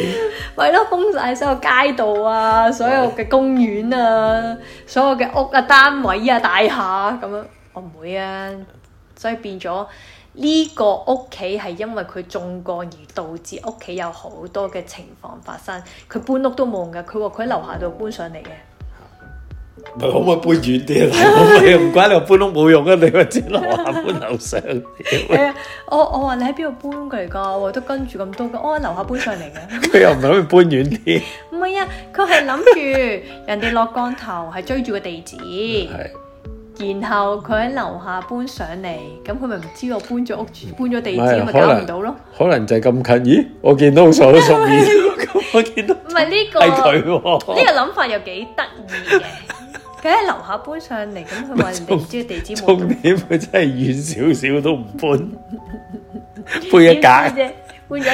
S1: 咪咯，封晒所有街道啊，所有嘅公園啊，所有嘅屋啊、單位啊、大廈咁樣，我唔會啊，所以變咗呢個屋企係因為佢中過而導致屋企有好多嘅情況發生。佢搬屋都冇用㗎，佢話佢喺樓下度搬上嚟嘅。
S2: 唔係可唔可以搬遠啲啊？大佬你唔關你話搬屋冇用啊！你咪知樓下搬樓上。 屌
S1: 係啊，我我話你喺邊度搬過嚟㗎？我都跟住咁多㗎，我喺樓下搬上嚟嘅。
S2: 佢又唔諗住搬遠啲，
S1: 唔係啊，佢係諗住人哋落降頭係追住個地址，
S2: 係
S1: 然後佢喺樓下搬上嚟，咁佢咪唔知我搬咗屋住，搬咗地
S2: 唔係
S1: 址咪
S2: 可
S1: 搞
S2: 能
S1: 唔到咯。
S2: 可能就係咁近。咦？我見到數數二， 咁我見到
S1: 唔係呢個
S2: 係佢
S1: 呢個
S2: 喎。
S1: 諗法又幾得意 嘅。佢喺樓下搬上嚟，咁佢話人哋唔知個地址冇
S2: 重
S1: 到，
S2: 點佢真係遠少少都唔搬，搬一格。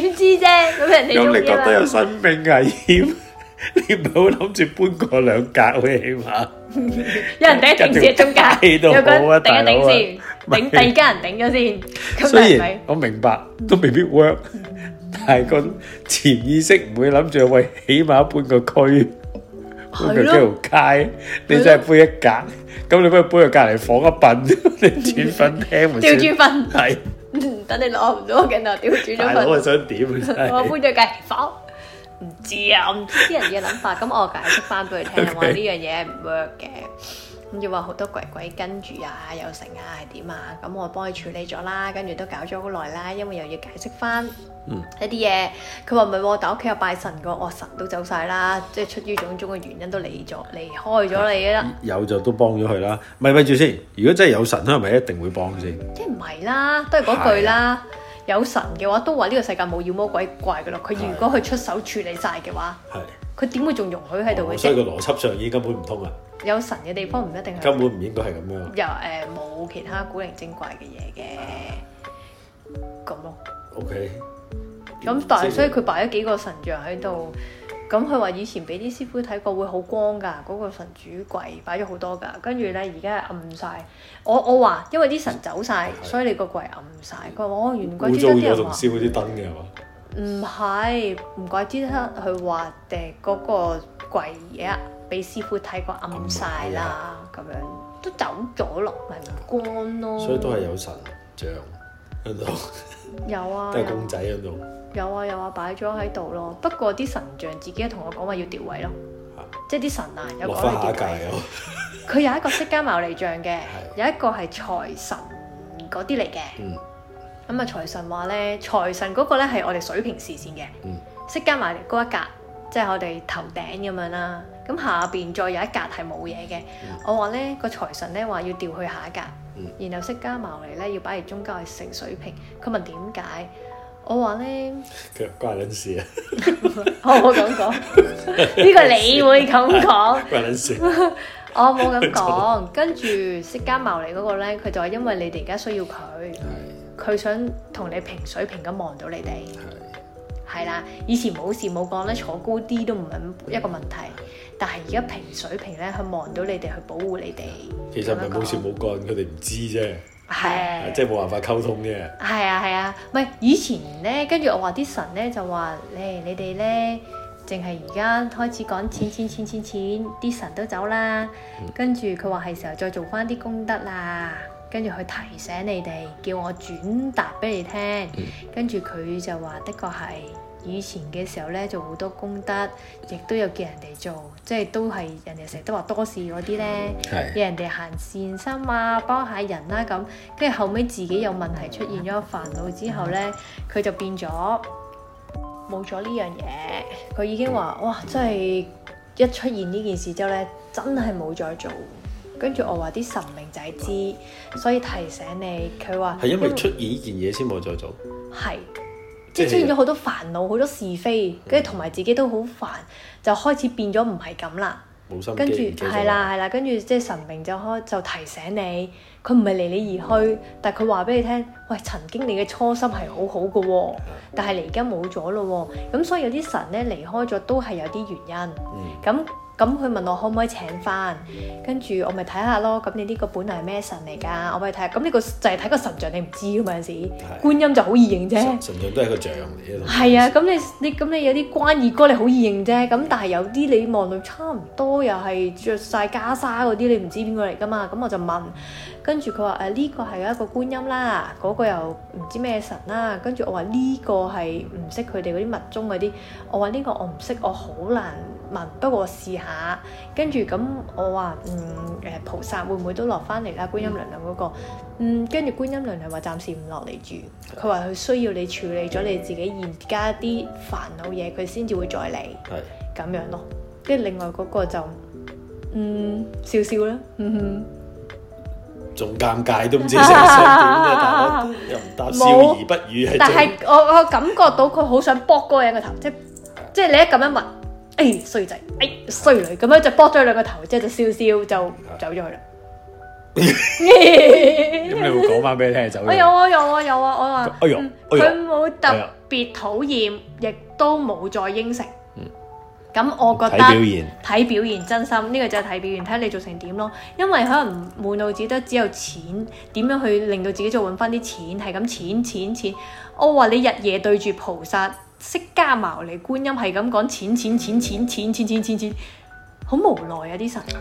S1: 點知啫？搬咗一格，點 知啫？咁人哋
S2: 咁
S1: 中
S2: 你
S1: 意
S2: 覺
S1: 啊
S2: 得
S1: 嘛
S2: 有生命危 險？你唔好諗住搬過兩格喎，起碼
S1: 有人頂一頂先喺中
S2: 喺
S1: 間，
S2: 度
S1: 有個人
S2: 好啊
S1: 頂一頂先，
S2: 大佬啊
S1: 頂第二家人頂咗先，咁
S2: 雖
S1: 係
S2: 然
S1: 咪？
S2: 我明白都未必 work，但係個潛意識唔會諗住喂，起碼搬個區，搬個
S1: 係咯
S2: 條街，你真係搬一格，咁你不如搬去隔離房一 笨，你轉粉廳
S1: 調
S2: 咪算
S1: 轉 瞓，
S2: 係
S1: 等你攞唔到個鏡頭，調轉
S2: 大
S1: 咗
S2: 佬啊
S1: 瞓，
S2: 想點啊 真
S1: 我搬
S2: 係
S1: 咗隔離房。唔知啊，我唔知啲人嘅諗法，咁我解釋翻俾 佢聽，話呢樣嘢唔 work 嘅，咁就話好多鬼鬼跟住啊，又成啊，係點啊，咁我幫佢處理咗啦，跟住都搞咗好耐啦，因為又要解釋翻一啲嘢，佢話唔係喎，但屋企有拜神個，我神都走晒啦，即係出於種種嘅原因都離咗離開咗你啦。
S2: 有就都幫咗佢啦，咪咪住先，如果真係有神，係咪一定會幫先？
S1: 即係唔係啦，都係啊嗰句啦。有神嘅話，都話呢個世界冇妖魔鬼怪嘅咯。佢如果佢出手處理晒嘅話，
S2: 係。
S1: 佢點會仲容許喺度嘅
S2: 哦所以
S1: 啫？
S2: 個邏輯上已經根本唔通啊，
S1: 有神嘅地方唔一定係
S2: 根本唔應該係咁樣。
S1: 又誒冇其他古靈精怪嘅嘢嘅咁咯。
S2: 啊 OK，
S1: 咁但係
S2: 即係
S1: 所以佢擺咗幾個神像喺度，咁佢話以前俾啲師傅睇過會好光㗎，嗰、個神主櫃擺咗好多㗎，跟住咧而家係暗晒。我我話因為啲神走晒，
S2: 係
S1: 所以你個櫃暗晒。佢話哦，原來唔怪
S2: 污
S1: 之
S2: 糟
S1: 得啲
S2: 咗
S1: 人
S2: 仲
S1: 話
S2: 燒啲燈嘅係嘛？
S1: 唔係，唔怪之得佢話誒嗰個櫃嘢啊俾師傅睇過暗晒啦，咁樣都走咗落咪唔光咯。
S2: 啊所以都係有神像喺度，
S1: 有啊
S2: 都，係公仔喺度。
S1: 有啊有啊，擺咗喺度咯。不過啲神像自己同我講話要調位咯
S2: 嚇，
S1: 即係啲神啊有
S2: 落
S1: 講
S2: 翻
S1: 要
S2: 下一
S1: 調位。
S2: 屆咯，
S1: 佢有一個釋迦牟尼像嘅，有
S2: 係
S1: 一個係財神嗰啲嚟嘅。
S2: 嗯
S1: 咁啊，財神話咧，財神嗰個咧係我哋水平視線嘅，
S2: 嗯
S1: 釋迦牟尼嗰一格，即係我哋頭頂咁樣啦。咁下邊再有一格係冇嘢嘅。我話咧個財神咧話要調去下一格，
S2: 嗯
S1: 然後釋迦牟尼咧要擺喺中間係成水平。佢問點解？我話咧，
S2: 佢話關撚事啊，
S1: 我 冇咁講，呢個你會咁講。
S2: 關撚事。
S1: 我冇咁 講，跟住釋迦牟尼嗰個咧，佢就話因為你哋而家需要佢，
S2: 係
S1: 佢想同你平水平咁望到你哋，
S2: 係
S1: 係啦。以前冇事冇講咧，坐高啲都唔係一個問題，但係而家平水平咧，佢望到你哋，去保護你哋。
S2: 其實唔係冇事冇幹，佢哋唔知啫，
S1: 係
S2: 即係冇辦法溝通啫。
S1: 係啊係啊，唔係以前咧，跟住我話啲神咧就話誒你哋咧，淨係而家開始講錢錢錢錢錢，啲神都走啦。跟住佢話係時候再做翻啲功德啦。跟住佢提醒你哋，叫我轉達俾你聽。跟住佢就話，的確係以前嘅時候咧，做好多功德，亦都有叫人哋做，即係都係人哋成日都話多事嗰啲咧。
S2: 係
S1: 要人哋行善心啊，幫下人啦、咁，跟住後尾自己有問題出現咗煩惱之後呢，佢就變咗冇咗呢樣嘢。佢已經話：哇，真係一出現呢件事之後呢，真係冇再做。跟住我話啲神明仔知，所以提醒你。佢話
S2: 係因為出現呢件嘢先冇再做。
S1: 係，即
S2: 即係
S1: 係出現咗好多煩惱，好多是非，跟住同埋自己都好煩，就開始變咗唔係咁啦。
S2: 冇心機，
S1: 跟住
S2: 唔記得咗
S1: 係啦係啦，跟住即係神明就開就提醒你，佢唔係離你而去，但係佢話俾你聽，喂，曾經你嘅初心係好好嘅喎，但係你而家冇咗咯喎，咁所以有啲神咧離開咗都係有啲原因。
S2: 嗯
S1: 咁咁佢問我可唔可以請翻，跟住我咪睇下咯。咁你呢個本嚟係咩神嚟㗎？我咪睇下。咁呢個就係睇個神像，你唔知㗎嘛有陣時
S2: 係，
S1: 觀音就好易認啫。
S2: 神神像都係個像嚟嘅。
S1: 係啊，咁你你咁你有啲關二哥你好易認啫，咁但係有啲你望到差唔多又係着晒袈裟嗰啲，你唔知邊個嚟噶嘛？咁我就問，跟住佢話誒呢個係一個觀音啦，嗰、個又唔知咩神啦，跟住我話呢個係唔識佢哋嗰啲密宗嗰啲，我話呢個我唔識，我好難問，不過我試下。跟住咁我話嗯誒、菩薩會唔會都落翻嚟啦？觀音娘娘嗰、個。嗯，跟住觀音娘娘話暫時唔落嚟住，佢話佢需要你處理咗你自己而家啲煩惱嘢，佢先至會再嚟
S2: 係
S1: 咁樣咯。跟住另外嗰個就嗯笑笑啦，嗯
S2: 仲尷尬都唔知成想點 啊！大佬又唔答，笑而不語係
S1: 哼，但係
S2: 最
S1: 我我感覺到佢好想剝嗰個人個頭，即係即係你一咁樣問，哎衰仔，哎衰女，咁樣就剝咗兩個頭，之後就笑笑就走咗去啦。
S2: 咁你會講翻俾你聽走
S1: 我有啊有啊有啊，我話
S2: 哎呦
S1: 嗯
S2: 哎呦
S1: 佢冇特別討厭，亦都冇再應承。咁我覺
S2: 嗯睇表
S1: 得
S2: 現
S1: 睇表現真心呢個就係睇表現，睇你做成點咯。因為可能滿腦子都只有錢，點樣去令到自己再揾翻啲錢，係咁錢錢錢。我話你日夜對住菩薩、釋迦牟尼、觀音係咁講錢錢錢錢錢錢錢錢錢，好無奈啊啲神。
S2: 係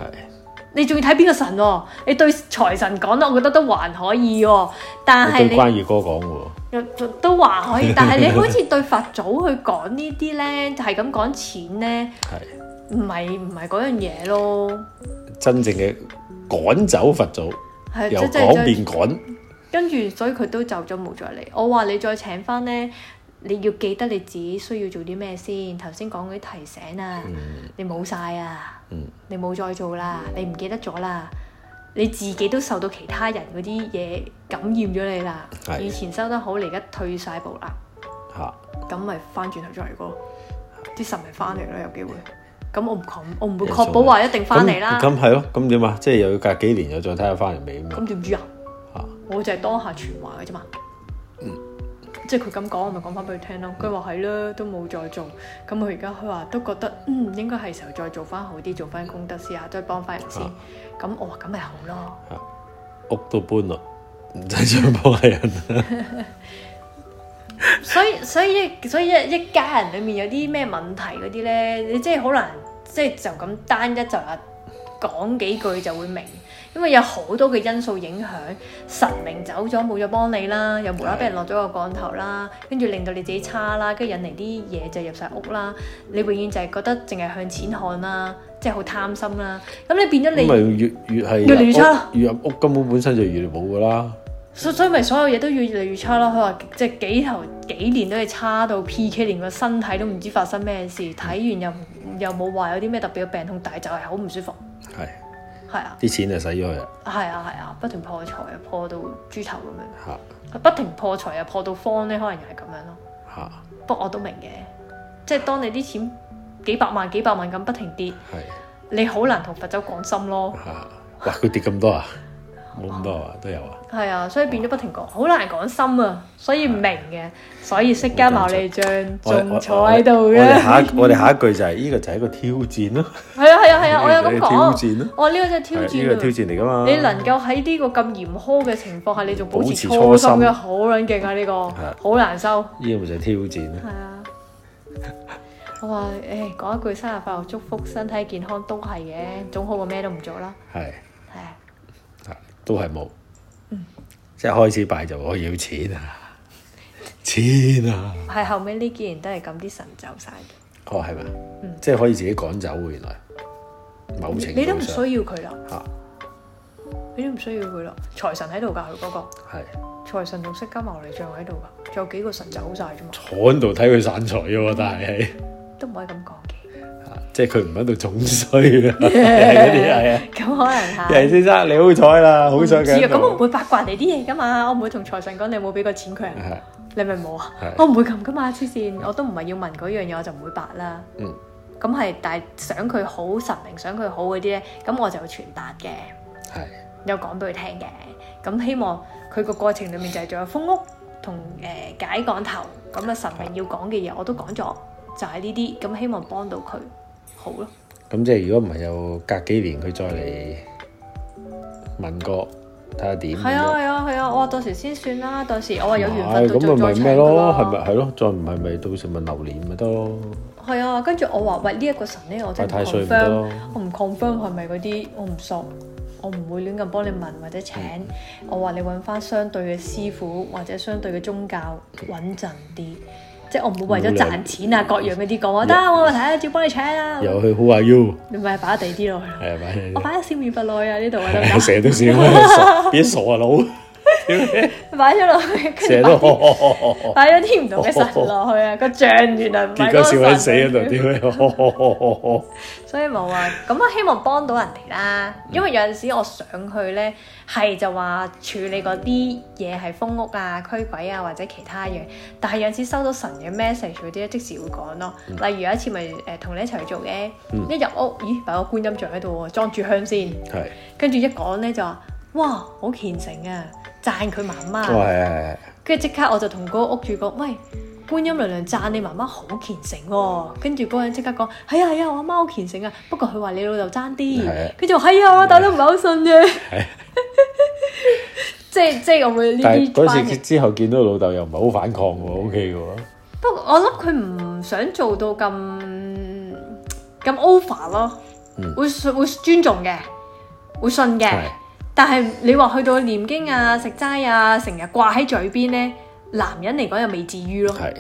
S1: 你仲要睇邊個神喎、你對財神講得，我覺得都還可以喎、但
S2: 我
S1: 係
S2: 對
S1: 你
S2: 關二哥講喎，
S1: 都都還 可以，但係你好似對佛祖去講呢啲咧，就係咁講錢咧，
S2: 係
S1: 唔係唔係嗰樣嘢咯，
S2: 真正嘅趕走佛祖，
S1: 係
S2: 由
S1: 即即
S2: 講
S1: 係
S2: 變趕，
S1: 跟住，所以佢都走咗冇再嚟。我話你再請翻咧，你要記得你自己需要做啲咩先。頭先講嗰啲提醒啊，你冇晒啊，
S2: 嗯
S1: 你冇再做啦，你唔記得咗啦。你自己都受到其他人嗰啲嘢感染咗你啦，
S2: 係
S1: 以前收得好，你而家退晒步啦。
S2: 嚇
S1: 咁咪翻轉頭再嚟過，啲神咪翻嚟咯，有機會。咁我唔確，我唔會
S2: 人
S1: 確保
S2: 數
S1: 話一定翻嚟啦。
S2: 咁咁係咯，咁點啊？即係又要隔幾年又再睇下翻嚟未咁樣
S1: 咁點知啊？
S2: 嚇。嗯
S1: 我就係當下傳話嘅啫嘛。即係佢咁講，我咪講翻俾佢聽咯。佢話係啦，都冇再做。咁佢而家佢話都覺得嗯應該係時候再做翻好啲，做翻功德試下，再幫翻人先。
S2: 啊
S1: 咁我話咁咪好咯。
S2: 屋都搬啦，唔使再幫人啦。
S1: 所以所以一所以一一家人裡面有啲咩問題嗰啲咧，你即係好難即係就咁單一就話講幾句就會明，因為有好多嘅因素影響，神明走咗冇咗幫你啦，又無啦啦俾人落咗個降頭啦，跟住令到你自己差啦，跟住引嚟啲嘢就入晒屋啦，你永遠就係覺得淨係向錢看啦，即係好貪心啦，咁你變咗
S2: 咁
S1: 你
S2: 咪越越係
S1: 越嚟越差
S2: 入屋，越入屋根本本身就越嚟冇噶啦。
S1: 所所以咪所有嘢都越嚟越差咯。佢話即係幾頭幾年都係差到 P.K. 連個身體都唔知發生咩事，睇完又唔又冇話有啲咩特別嘅病痛，但係就係好唔舒服。
S2: 係
S1: 係啊，
S2: 啲錢就使咗佢啦
S1: 係啊，係啊，不斷破財啊，破到豬頭咁
S2: 嚇
S1: 樣，不停破財啊，破到慌咧，可能又係咁樣咯。
S2: 嚇
S1: 不過我都明嘅，即係當你啲錢幾百萬幾百萬咁不停跌，
S2: 係
S1: 你好難同佛州講心咯。
S2: 嚇。哇！佢跌咁多啊？冇咁多啊？都有啊？
S1: 係啊，所以變咗不停講，好難講心啊，所以唔明嘅，所以釋迦牟尼像
S2: 我哋
S1: 仲坐喺度
S2: 我哋
S1: 嘅。
S2: 下一我哋下一句就係呢個就係一個挑戰咯。
S1: 係啊係啊係啊，我有
S2: 呢個
S1: 咁
S2: 就係一個挑
S1: 講。哦
S2: 戰咯。
S1: 我呢個真係挑
S2: 係呢個挑
S1: 戰啊！
S2: 戰嚟噶嘛？
S1: 你能夠喺呢個咁嚴苛嘅情況下，你仲保持
S2: 保持
S1: 初
S2: 初
S1: 心
S2: 心
S1: 嘅，好撚勁啊！呢
S2: 係
S1: 個好難收。
S2: 呢個咪就係挑戰咯。
S1: 係啊，我話誒講一句生日快樂，祝福身體健康都係嘅，總好過咩都唔做啦。
S2: 係。
S1: 係啊，
S2: 啊都係冇。
S1: 嗯
S2: 即係開始拜就我要錢啊，錢啊，
S1: 係後尾呢幾年都係咁，啲神走晒。
S2: 哦係咪？即係可以自己趕走喎，原來某程
S1: 嗯你都
S2: 度
S1: 唔需
S2: 上
S1: 要佢啦，
S2: 嚇
S1: 你都唔需要佢啦。財神喺度㗎，佢嗰個
S2: 係
S1: 財神同釋迦牟尼像喺度㗎，仲有幾個神走晒啫嘛，
S2: 坐喺度睇佢散財嘅喎，但係
S1: 都唔可以咁講嘅。
S2: 啊即係佢唔喺度種衰啊，係嗰啲 係啊。
S1: 咁可能係。
S2: 人先生你好彩啦，好彩
S1: 唔知啊
S2: 佢喺，
S1: 咁我唔
S2: 度
S1: 會八卦你啲嘢噶嘛，我唔會同財神講你有冇俾過錢佢啊，
S2: 係
S1: 你咪冇啊
S2: 嗯係，
S1: 我唔會咁噶嘛，黐線，我都唔係要問嗰樣嘢，我就唔會白啦。
S2: 嗯
S1: 咁係，但係想佢好神明，想佢好嗰啲咧，咁我就會傳達嘅，
S2: 係
S1: 有講俾佢聽嘅。咁希望佢個過程裡面就係仲有封屋同誒、呃解講頭，咁啊神明要講嘅嘢我都講咗，就係呢啲，咁希望幫到佢好咯。
S2: 咁即係如果唔係又隔幾年佢再嚟問過睇下點咁
S1: 係啊
S2: 樣
S1: 係啊係啊，我話到時先算啦，到時我話有緣
S2: 唉
S1: 分到
S2: 咁
S1: 再再
S2: 咪咪咩
S1: 請㗎
S2: 咯，
S1: 啦
S2: 係咪係咯？再唔係咪到時問榴蓮咪得咯，
S1: 係啊，跟住我話喂呢一、個神咧，我真係
S2: 太
S1: 唔
S2: 歲唔得
S1: confirm，
S2: 咯。
S1: 我唔 confirm 係咪嗰啲，我唔熟，我唔會亂咁幫你問或者請。
S2: 嗯
S1: 我話你揾翻相對嘅師傅或者相對嘅宗教
S2: 嗯
S1: 穩陣啲，即係我唔會為咗賺錢啊各樣嗰啲講話得
S2: 嗯
S1: 啊我睇下照幫你請啊，
S2: 又去 Who are you？
S1: 你咪擺地啲落去咯。
S2: 係咪？
S1: 我擺咗笑面不耐啊呢度啊得唔
S2: 係成日都笑， 傻變傻啊佬，
S1: 得？擺咗落去，
S2: 成
S1: 跟住擺
S2: 日都呵
S1: 啲
S2: 呵呵呵 呵，
S1: 擺咗啲唔同嘅神落去啊，個像原來唔係
S2: 結
S1: 嗰個
S2: 果笑緊死啊
S1: 神
S2: 喺度，屌你呵呵呵呵呵！
S1: 所以冇啊，咁我希望幫到人哋啦。因為有陣時我上去呢，係就話處理嗰啲嘢係封屋啊、驅鬼啊或者其他嘢，但係有陣時收到神嘅 message 嗰啲咧，即時會講咯。例如有一次咪誒同你一齊去做嘅，一入屋，咦，擺個觀音像喺度喎，裝住香先，
S2: 係，
S1: 跟住一講呢，就話，哇，好虔誠啊，讚佢媽媽
S2: 哦。係係係，
S1: 跟住即刻我就同嗰個屋主講：喂，觀音娘娘讚你媽媽好虔誠喎、跟住嗰個人即刻講：係啊係啊，我阿媽好虔誠啊。不過佢話你老豆爭啲
S2: 係啊，
S1: 跟住我係啊，我但都唔係好信啫。 即係即係我會呢
S2: 但係
S1: 啲翻
S2: 嗰次
S1: 譯。
S2: 之後見到老豆又唔係好反抗喎，OK 嘅喎，
S1: 不過我諗佢唔想做到咁咁 over 咯，
S2: 嗯
S1: 會會尊重嘅，會信嘅。
S2: 係
S1: 但係你話去到念經啊、食齋啊，成日掛喺嘴邊呢，男人嚟講又未至於咯。
S2: 係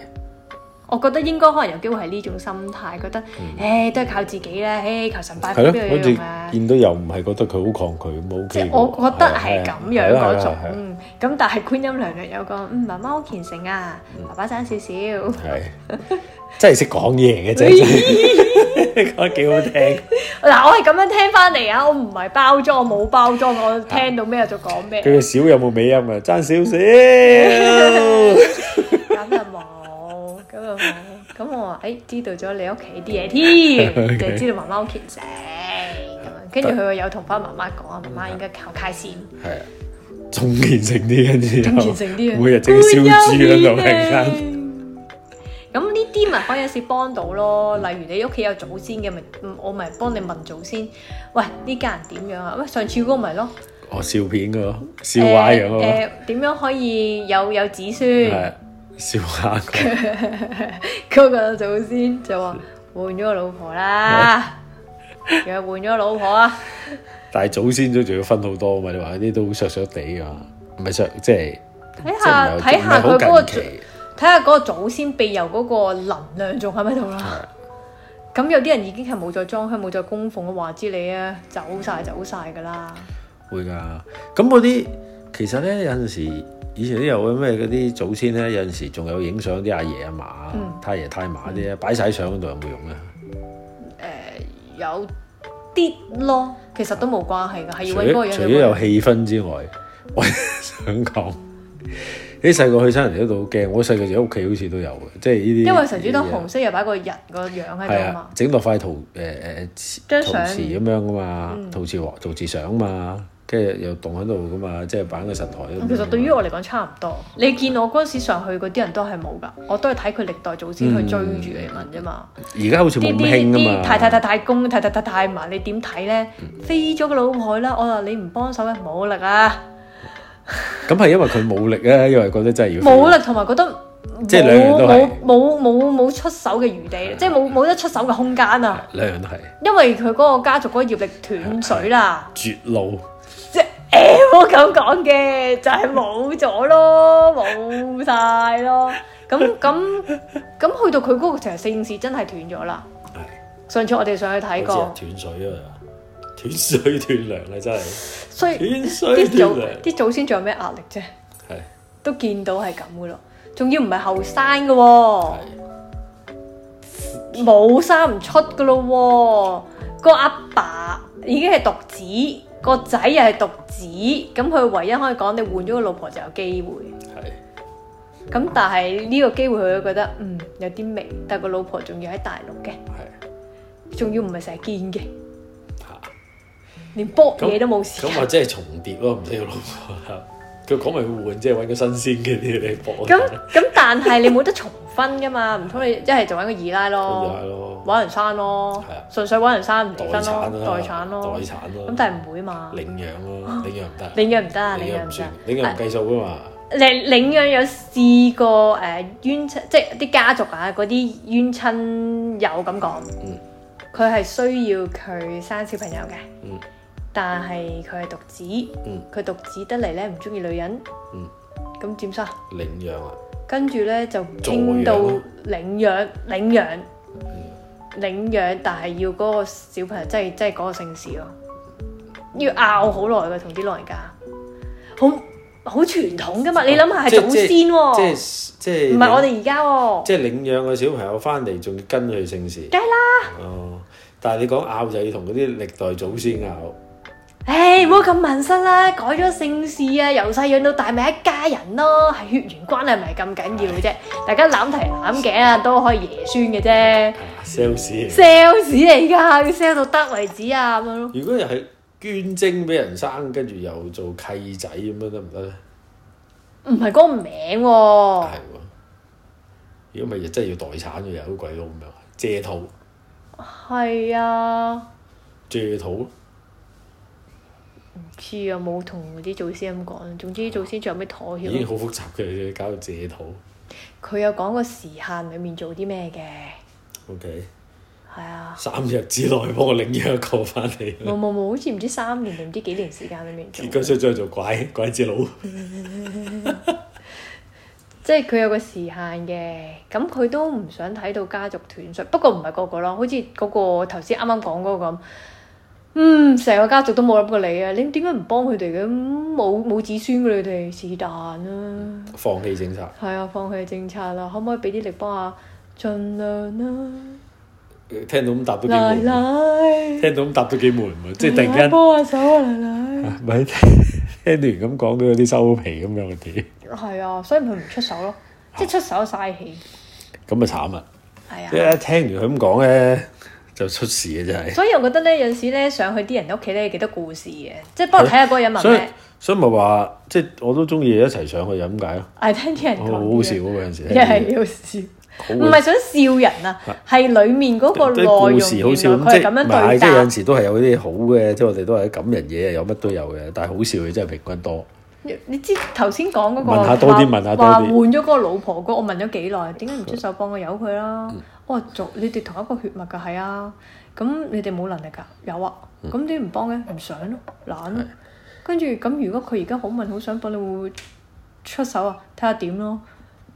S1: 我覺得應該可能有機會係呢種心態，覺得誒、唉都係靠自己啦，誒求神拜佛
S2: 嗯係
S1: 邊
S2: 咯，
S1: 度有
S2: 好
S1: 用啊
S2: 似？見到又唔係覺得佢好抗拒咁
S1: 即係
S2: OK 嘅喎啊
S1: 我覺得係咁樣嗰種，
S2: 係啊
S1: 嗯咁但係觀音娘娘有個嗯媽媽好虔誠啊，
S2: 嗯
S1: 爸爸爭少少，
S2: 係啊真係識講嘢嘅啫， 講得幾好聽。
S1: 嗱我係咁樣聽翻嚟啊，我唔係包裝，我冇包裝，我聽到咩就講咩，
S2: 佢嘅少有冇尾音啊？爭少少。
S1: 咁又冇，咁又冇，咁我話誒知道咗你屋企啲嘢 添，就係知道媽媽好虔啊誠咁樣，跟住佢話有同翻媽媽講啊，媽媽應該靠街線。
S2: 係啊，仲虔誠啲，跟住
S1: 仲
S2: 又
S1: 虔誠啲啊
S2: 每日整啲燒豬喺度係
S1: 好有
S2: 間，
S1: 面啊咁呢啲咪可以有時幫到咯，例如你屋企有祖先嘅，咪嗯我咪幫你問祖先，喂呢家人點樣啊？喂上次嗰個咪咯，
S2: 哦笑片嘅咯，笑
S1: Ờ,
S2: 話樣
S1: 誒
S2: 咯，
S1: 誒點樣可以有有子
S2: 係啊
S1: 孫？
S2: 笑話個，
S1: 嗰個祖先就話換咗個老婆啦，又換咗個老婆啊！
S2: 但係祖先都仲要分好多嘛，你話嗰啲都好削削地啊，唔係削即係
S1: 睇
S2: 即係
S1: 下
S2: 唔係
S1: 睇下佢
S2: 唔係
S1: 嗰
S2: 好
S1: 個
S2: 近
S1: 祖
S2: 期
S1: 睇下嗰個祖先庇佑嗰個能量仲喺咪度啦。咁有啲人已經係冇再裝香、冇再供奉嘅話之你啊，走晒走晒噶啦。
S2: 會㗎。咁嗰啲其實咧有陣時，以前都有嘅咩嗰啲祖先咧，有陣時仲有影相啲阿爺阿
S1: 嗯
S2: 嫲、太爺太嫲啲咧，擺晒喺相嗰度有冇用咧？啊
S1: 有啲咯，其實都冇關係㗎，係
S2: 除
S1: 啊要揾嗰個
S2: 咗
S1: 人
S2: 除
S1: 去
S2: 咗有
S1: 揾。
S2: 氣氛之外， 我想講，你細個去親人哋嗰度好驚，我細個時喺屋企好似都有嘅，即係呢啲
S1: 因為神主
S2: 都
S1: 燈紅色又擺個人個樣喺
S2: 係
S1: 度嘛
S2: 啊，，整落塊陶誒誒
S1: 張
S2: 陶
S1: 相嗯
S2: 瓷咁樣噶嘛，陶瓷畫陶瓷相嘛，跟住又棟喺度噶嘛，即係擺喺個神台嗰度。
S1: 咁其實對於我嚟講差唔多。你見我嗰陣時上去嗰啲人都係冇㗎，我都係睇佢歷代祖先去追住嚟問啫嘛。
S2: 而家好似冇
S1: 啲
S2: 咁興
S1: 啲
S2: 啊嘛，
S1: 啲太太太太公太太太太嫲，你點睇咧？飛咗個老婆啦！我話你唔幫手咧，冇力啊！
S2: 咁係因為佢冇力啊，因為覺得真係要
S1: 冇力同埋覺得
S2: 即係兩樣都係
S1: 冇冇冇冇出手嘅餘地，即係冇冇得出手嘅空間啊！
S2: 兩樣都係
S1: 因為佢嗰個家族嗰個業力斷水啦，
S2: 絕路。
S1: 即係誒我咁講嘅，就係冇咗咯，冇晒咯。咁咁咁去到佢嗰個成聖事真係斷咗啦。上次我哋上去睇過
S2: 好，似係斷水啊，斷水斷糧啊，真係
S1: 所以
S2: 斷水
S1: 啲
S2: 斷
S1: 祖
S2: 糧。
S1: 啲祖先仲有咩壓力啫？
S2: 係
S1: 都見到係咁噶咯，仲要唔係後生噶喎。
S2: 係。
S1: 冇生唔出噶咯喎，個阿爸已經係獨子，個仔又係獨子，咁佢唯一可以講你換咗個老婆就有機會。
S2: 係
S1: 咁但係呢個機會佢都覺得嗯有啲微，但係個老婆仲要喺大陸嘅，
S2: 係
S1: 仲要唔係成日見嘅，
S2: 嚇，
S1: 連搏嘢都冇時
S2: 咁
S1: 間。
S2: 我即係重疊咯，唔使要老婆啦。佢講埋佢換，即係揾個新鮮嘅啲嚟搏。
S1: 咁咁但係你冇得重婚噶嘛，唔通你一係就揾個二 奶
S2: 係
S1: 咯，
S2: 咯，
S1: 揾人生咯
S2: 係啊，
S1: 純粹揾人生唔
S2: 代
S1: 離
S2: 產
S1: 婚
S2: 啦，
S1: 咯，代產咯
S2: 代，產咯。
S1: 咁但係唔會嘛，
S2: 領養啊 咯，領養唔得，
S1: 領養唔得啊，領
S2: 領
S1: 養
S2: 唔
S1: 唔
S2: 算
S1: 得，。
S2: 領養唔計數噶嘛。
S1: 領領養有試過誒、呃冤親，即係啲家族啊嗰啲冤親友咁講
S2: 嗯，
S1: 佢係、需要佢生小朋友嘅，
S2: 嗯
S1: 但係佢係獨子，佢、
S2: 嗯
S1: 獨子得嚟咧唔中意女人，
S2: 嗯
S1: 咁點算啊？
S2: 領養啊，
S1: 跟住咧就
S2: 助
S1: 傾
S2: 養
S1: 到
S2: 咯
S1: 領養領養領養，但係要嗰個小朋友即係即係嗰個姓氏咯，要拗好耐嘅同啲老人家，好好傳統噶嘛，你諗下係
S2: 即係
S1: 祖先喎、
S2: 即係即係
S1: 唔係我哋而家喎，
S2: 即係領養個小朋友翻嚟，仲要跟佢姓氏。
S1: 梗係
S2: 啦。哦，但係你講拗就要同嗰啲歷代祖先拗，
S1: 唉，唔好咁紋身啦，改咗姓氏啊，由細養到大咪一家人咯，係血緣關係咪咁緊要嘅啫？大家攬提攬頸啊，都可以爺孫嘅啫
S2: 啊 sales。
S1: ，sales 嚟㗎，要 sell 到得為止啊咁樣咯。
S2: 如果又係捐精俾人生，跟住又做契仔咁樣得唔得咧？
S1: 唔係嗰個名喎、
S2: 係喎。如果咪真係要代產嘅，又好鬼佬咁樣，借肚
S1: 係啊，唔
S2: 借肚，
S1: 知啊，冇同啲祖先咁講。總之祖先仲有咩妥
S2: 已經
S1: 協？
S2: 好複雜嘅，搞到借肚。
S1: 佢有講個時限裡面做啲咩嘅，
S2: OK，
S1: 係啊。
S2: 三日之內幫我領養一個翻 嚟，
S1: 冇冇冇，好似唔知三年定唔知幾年時間裏面做
S2: 嗯結，果出咗去做拐拐子佬。
S1: 即係佢有個時限嘅，咁佢都唔想睇到家族斷水。不過唔係個個咯，好似嗰個頭先啱啱講嗰個咁，嗯，成個家族都冇諗過你啊！你點解唔幫佢哋嘅？嗯冇冇子孫嘅你哋是但啦，
S2: 放棄政策。
S1: 係啊，放棄政策啦，可唔可以俾啲力幫下？盡量啦，
S2: 聽到咁答都幾
S1: 啊奶
S2: 悶，
S1: 奶，
S2: 聽到咁答都幾悶喎，即係突然間，
S1: 幫下手啊，奶奶。
S2: 唔係 聽完咁講都有啲收皮咁樣嘅屌，
S1: 係啊，所以佢唔出手咯，即係出手嘥氣。
S2: 咁啊慘啊！
S1: 係啊
S2: 即。係一聽完佢咁講咧，就出事嘅真係。
S1: 所以我覺得咧，有陣時咧上去啲人屋企咧幾多故事嘅，即係幫我睇下嗰個人問
S2: 所以
S1: 咩，
S2: 所以咪話即係我都中意一齊上去就咁解咯。
S1: 係聽啲人啊
S2: 我
S1: 講
S2: 好好笑啊
S1: 啲
S2: 嗰陣 時，
S1: 嘢，一 係要笑，
S2: 好
S1: 唔係想笑人啊，係裡面嗰個
S2: 即
S1: 內
S2: 係
S1: 容
S2: 故
S1: 原來
S2: 事好笑
S1: 佢
S2: 咁，即
S1: 係
S2: 係
S1: 咁
S2: 唔係
S1: 樣對
S2: 即係有
S1: 答
S2: 陣。時都係有啲好嘅，即係我哋都係啲感人嘢，有乜都有嘅，但係好笑嘅真係平均多。
S1: 你知頭先講嗰個
S2: 問下多啲問下多啲
S1: 話換咗嗰個老婆嗰，我問咗幾耐，點解唔出手幫我由佢啦？
S2: 嗯
S1: 我話做你哋同一個血脈㗎，係啊，咁你哋冇能力㗎，有啊，
S2: 嗯
S1: 咁點唔幫嘅？唔想咯，懶咯。跟住咁，如果佢而家好問好想幫，你會唔會出手啊？睇下點咯。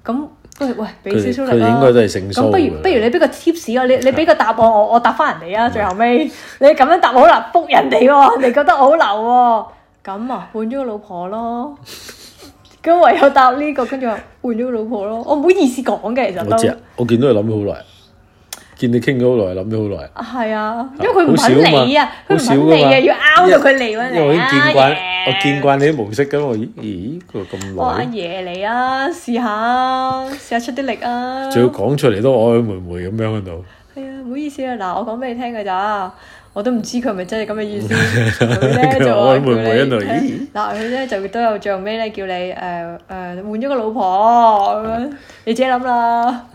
S1: 咁不如喂，
S2: 佢
S1: 俾
S2: 哋
S1: 少
S2: 佢
S1: 少
S2: 哋
S1: 力
S2: 應
S1: 啦。
S2: 該都係性
S1: 咁
S2: 騷
S1: 不如不如你俾個 tips 啊我，你你俾個答案我，我答翻人哋啊！最後尾你咁樣答我好難 book 人哋喎，人哋覺得我好流喎。咁啊，換咗個老婆咯。咁唯有答呢、個，跟住話換咗個老婆咯。我唔好意思講嘅，其實
S2: 我知
S1: 都
S2: 啊，我見到佢諗咗好耐，見你傾咗好耐，諗咗好耐。
S1: 啊係啊，因為佢唔
S2: 好少嘛
S1: 肯你啊，佢
S2: 好少
S1: 唔
S2: 噶
S1: 肯你
S2: 嘛
S1: 啊，要拗到佢嚟嗰啊
S2: 因為我已經見慣，我見
S1: 過。
S2: 慣你啲模式咁，我咦咦佢咁
S1: 哦我話阿
S2: 耐，
S1: 爺嚟啊，試下試下出啲力啊！
S2: 仲要講出嚟都曖曖昧昧咁樣喺度。
S1: 係啊，唔好意思啊，嗱，我講俾你聽㗎咋，我都唔知佢係咪真係咁嘅意 思。佢咧就話
S2: 我妹妹喺度
S1: 叫你
S2: 咦
S1: 嗱，佢咧就都有最後尾咧叫你誒誒換咗個老婆咁
S2: 啊
S1: 樣，你自己諗 啦。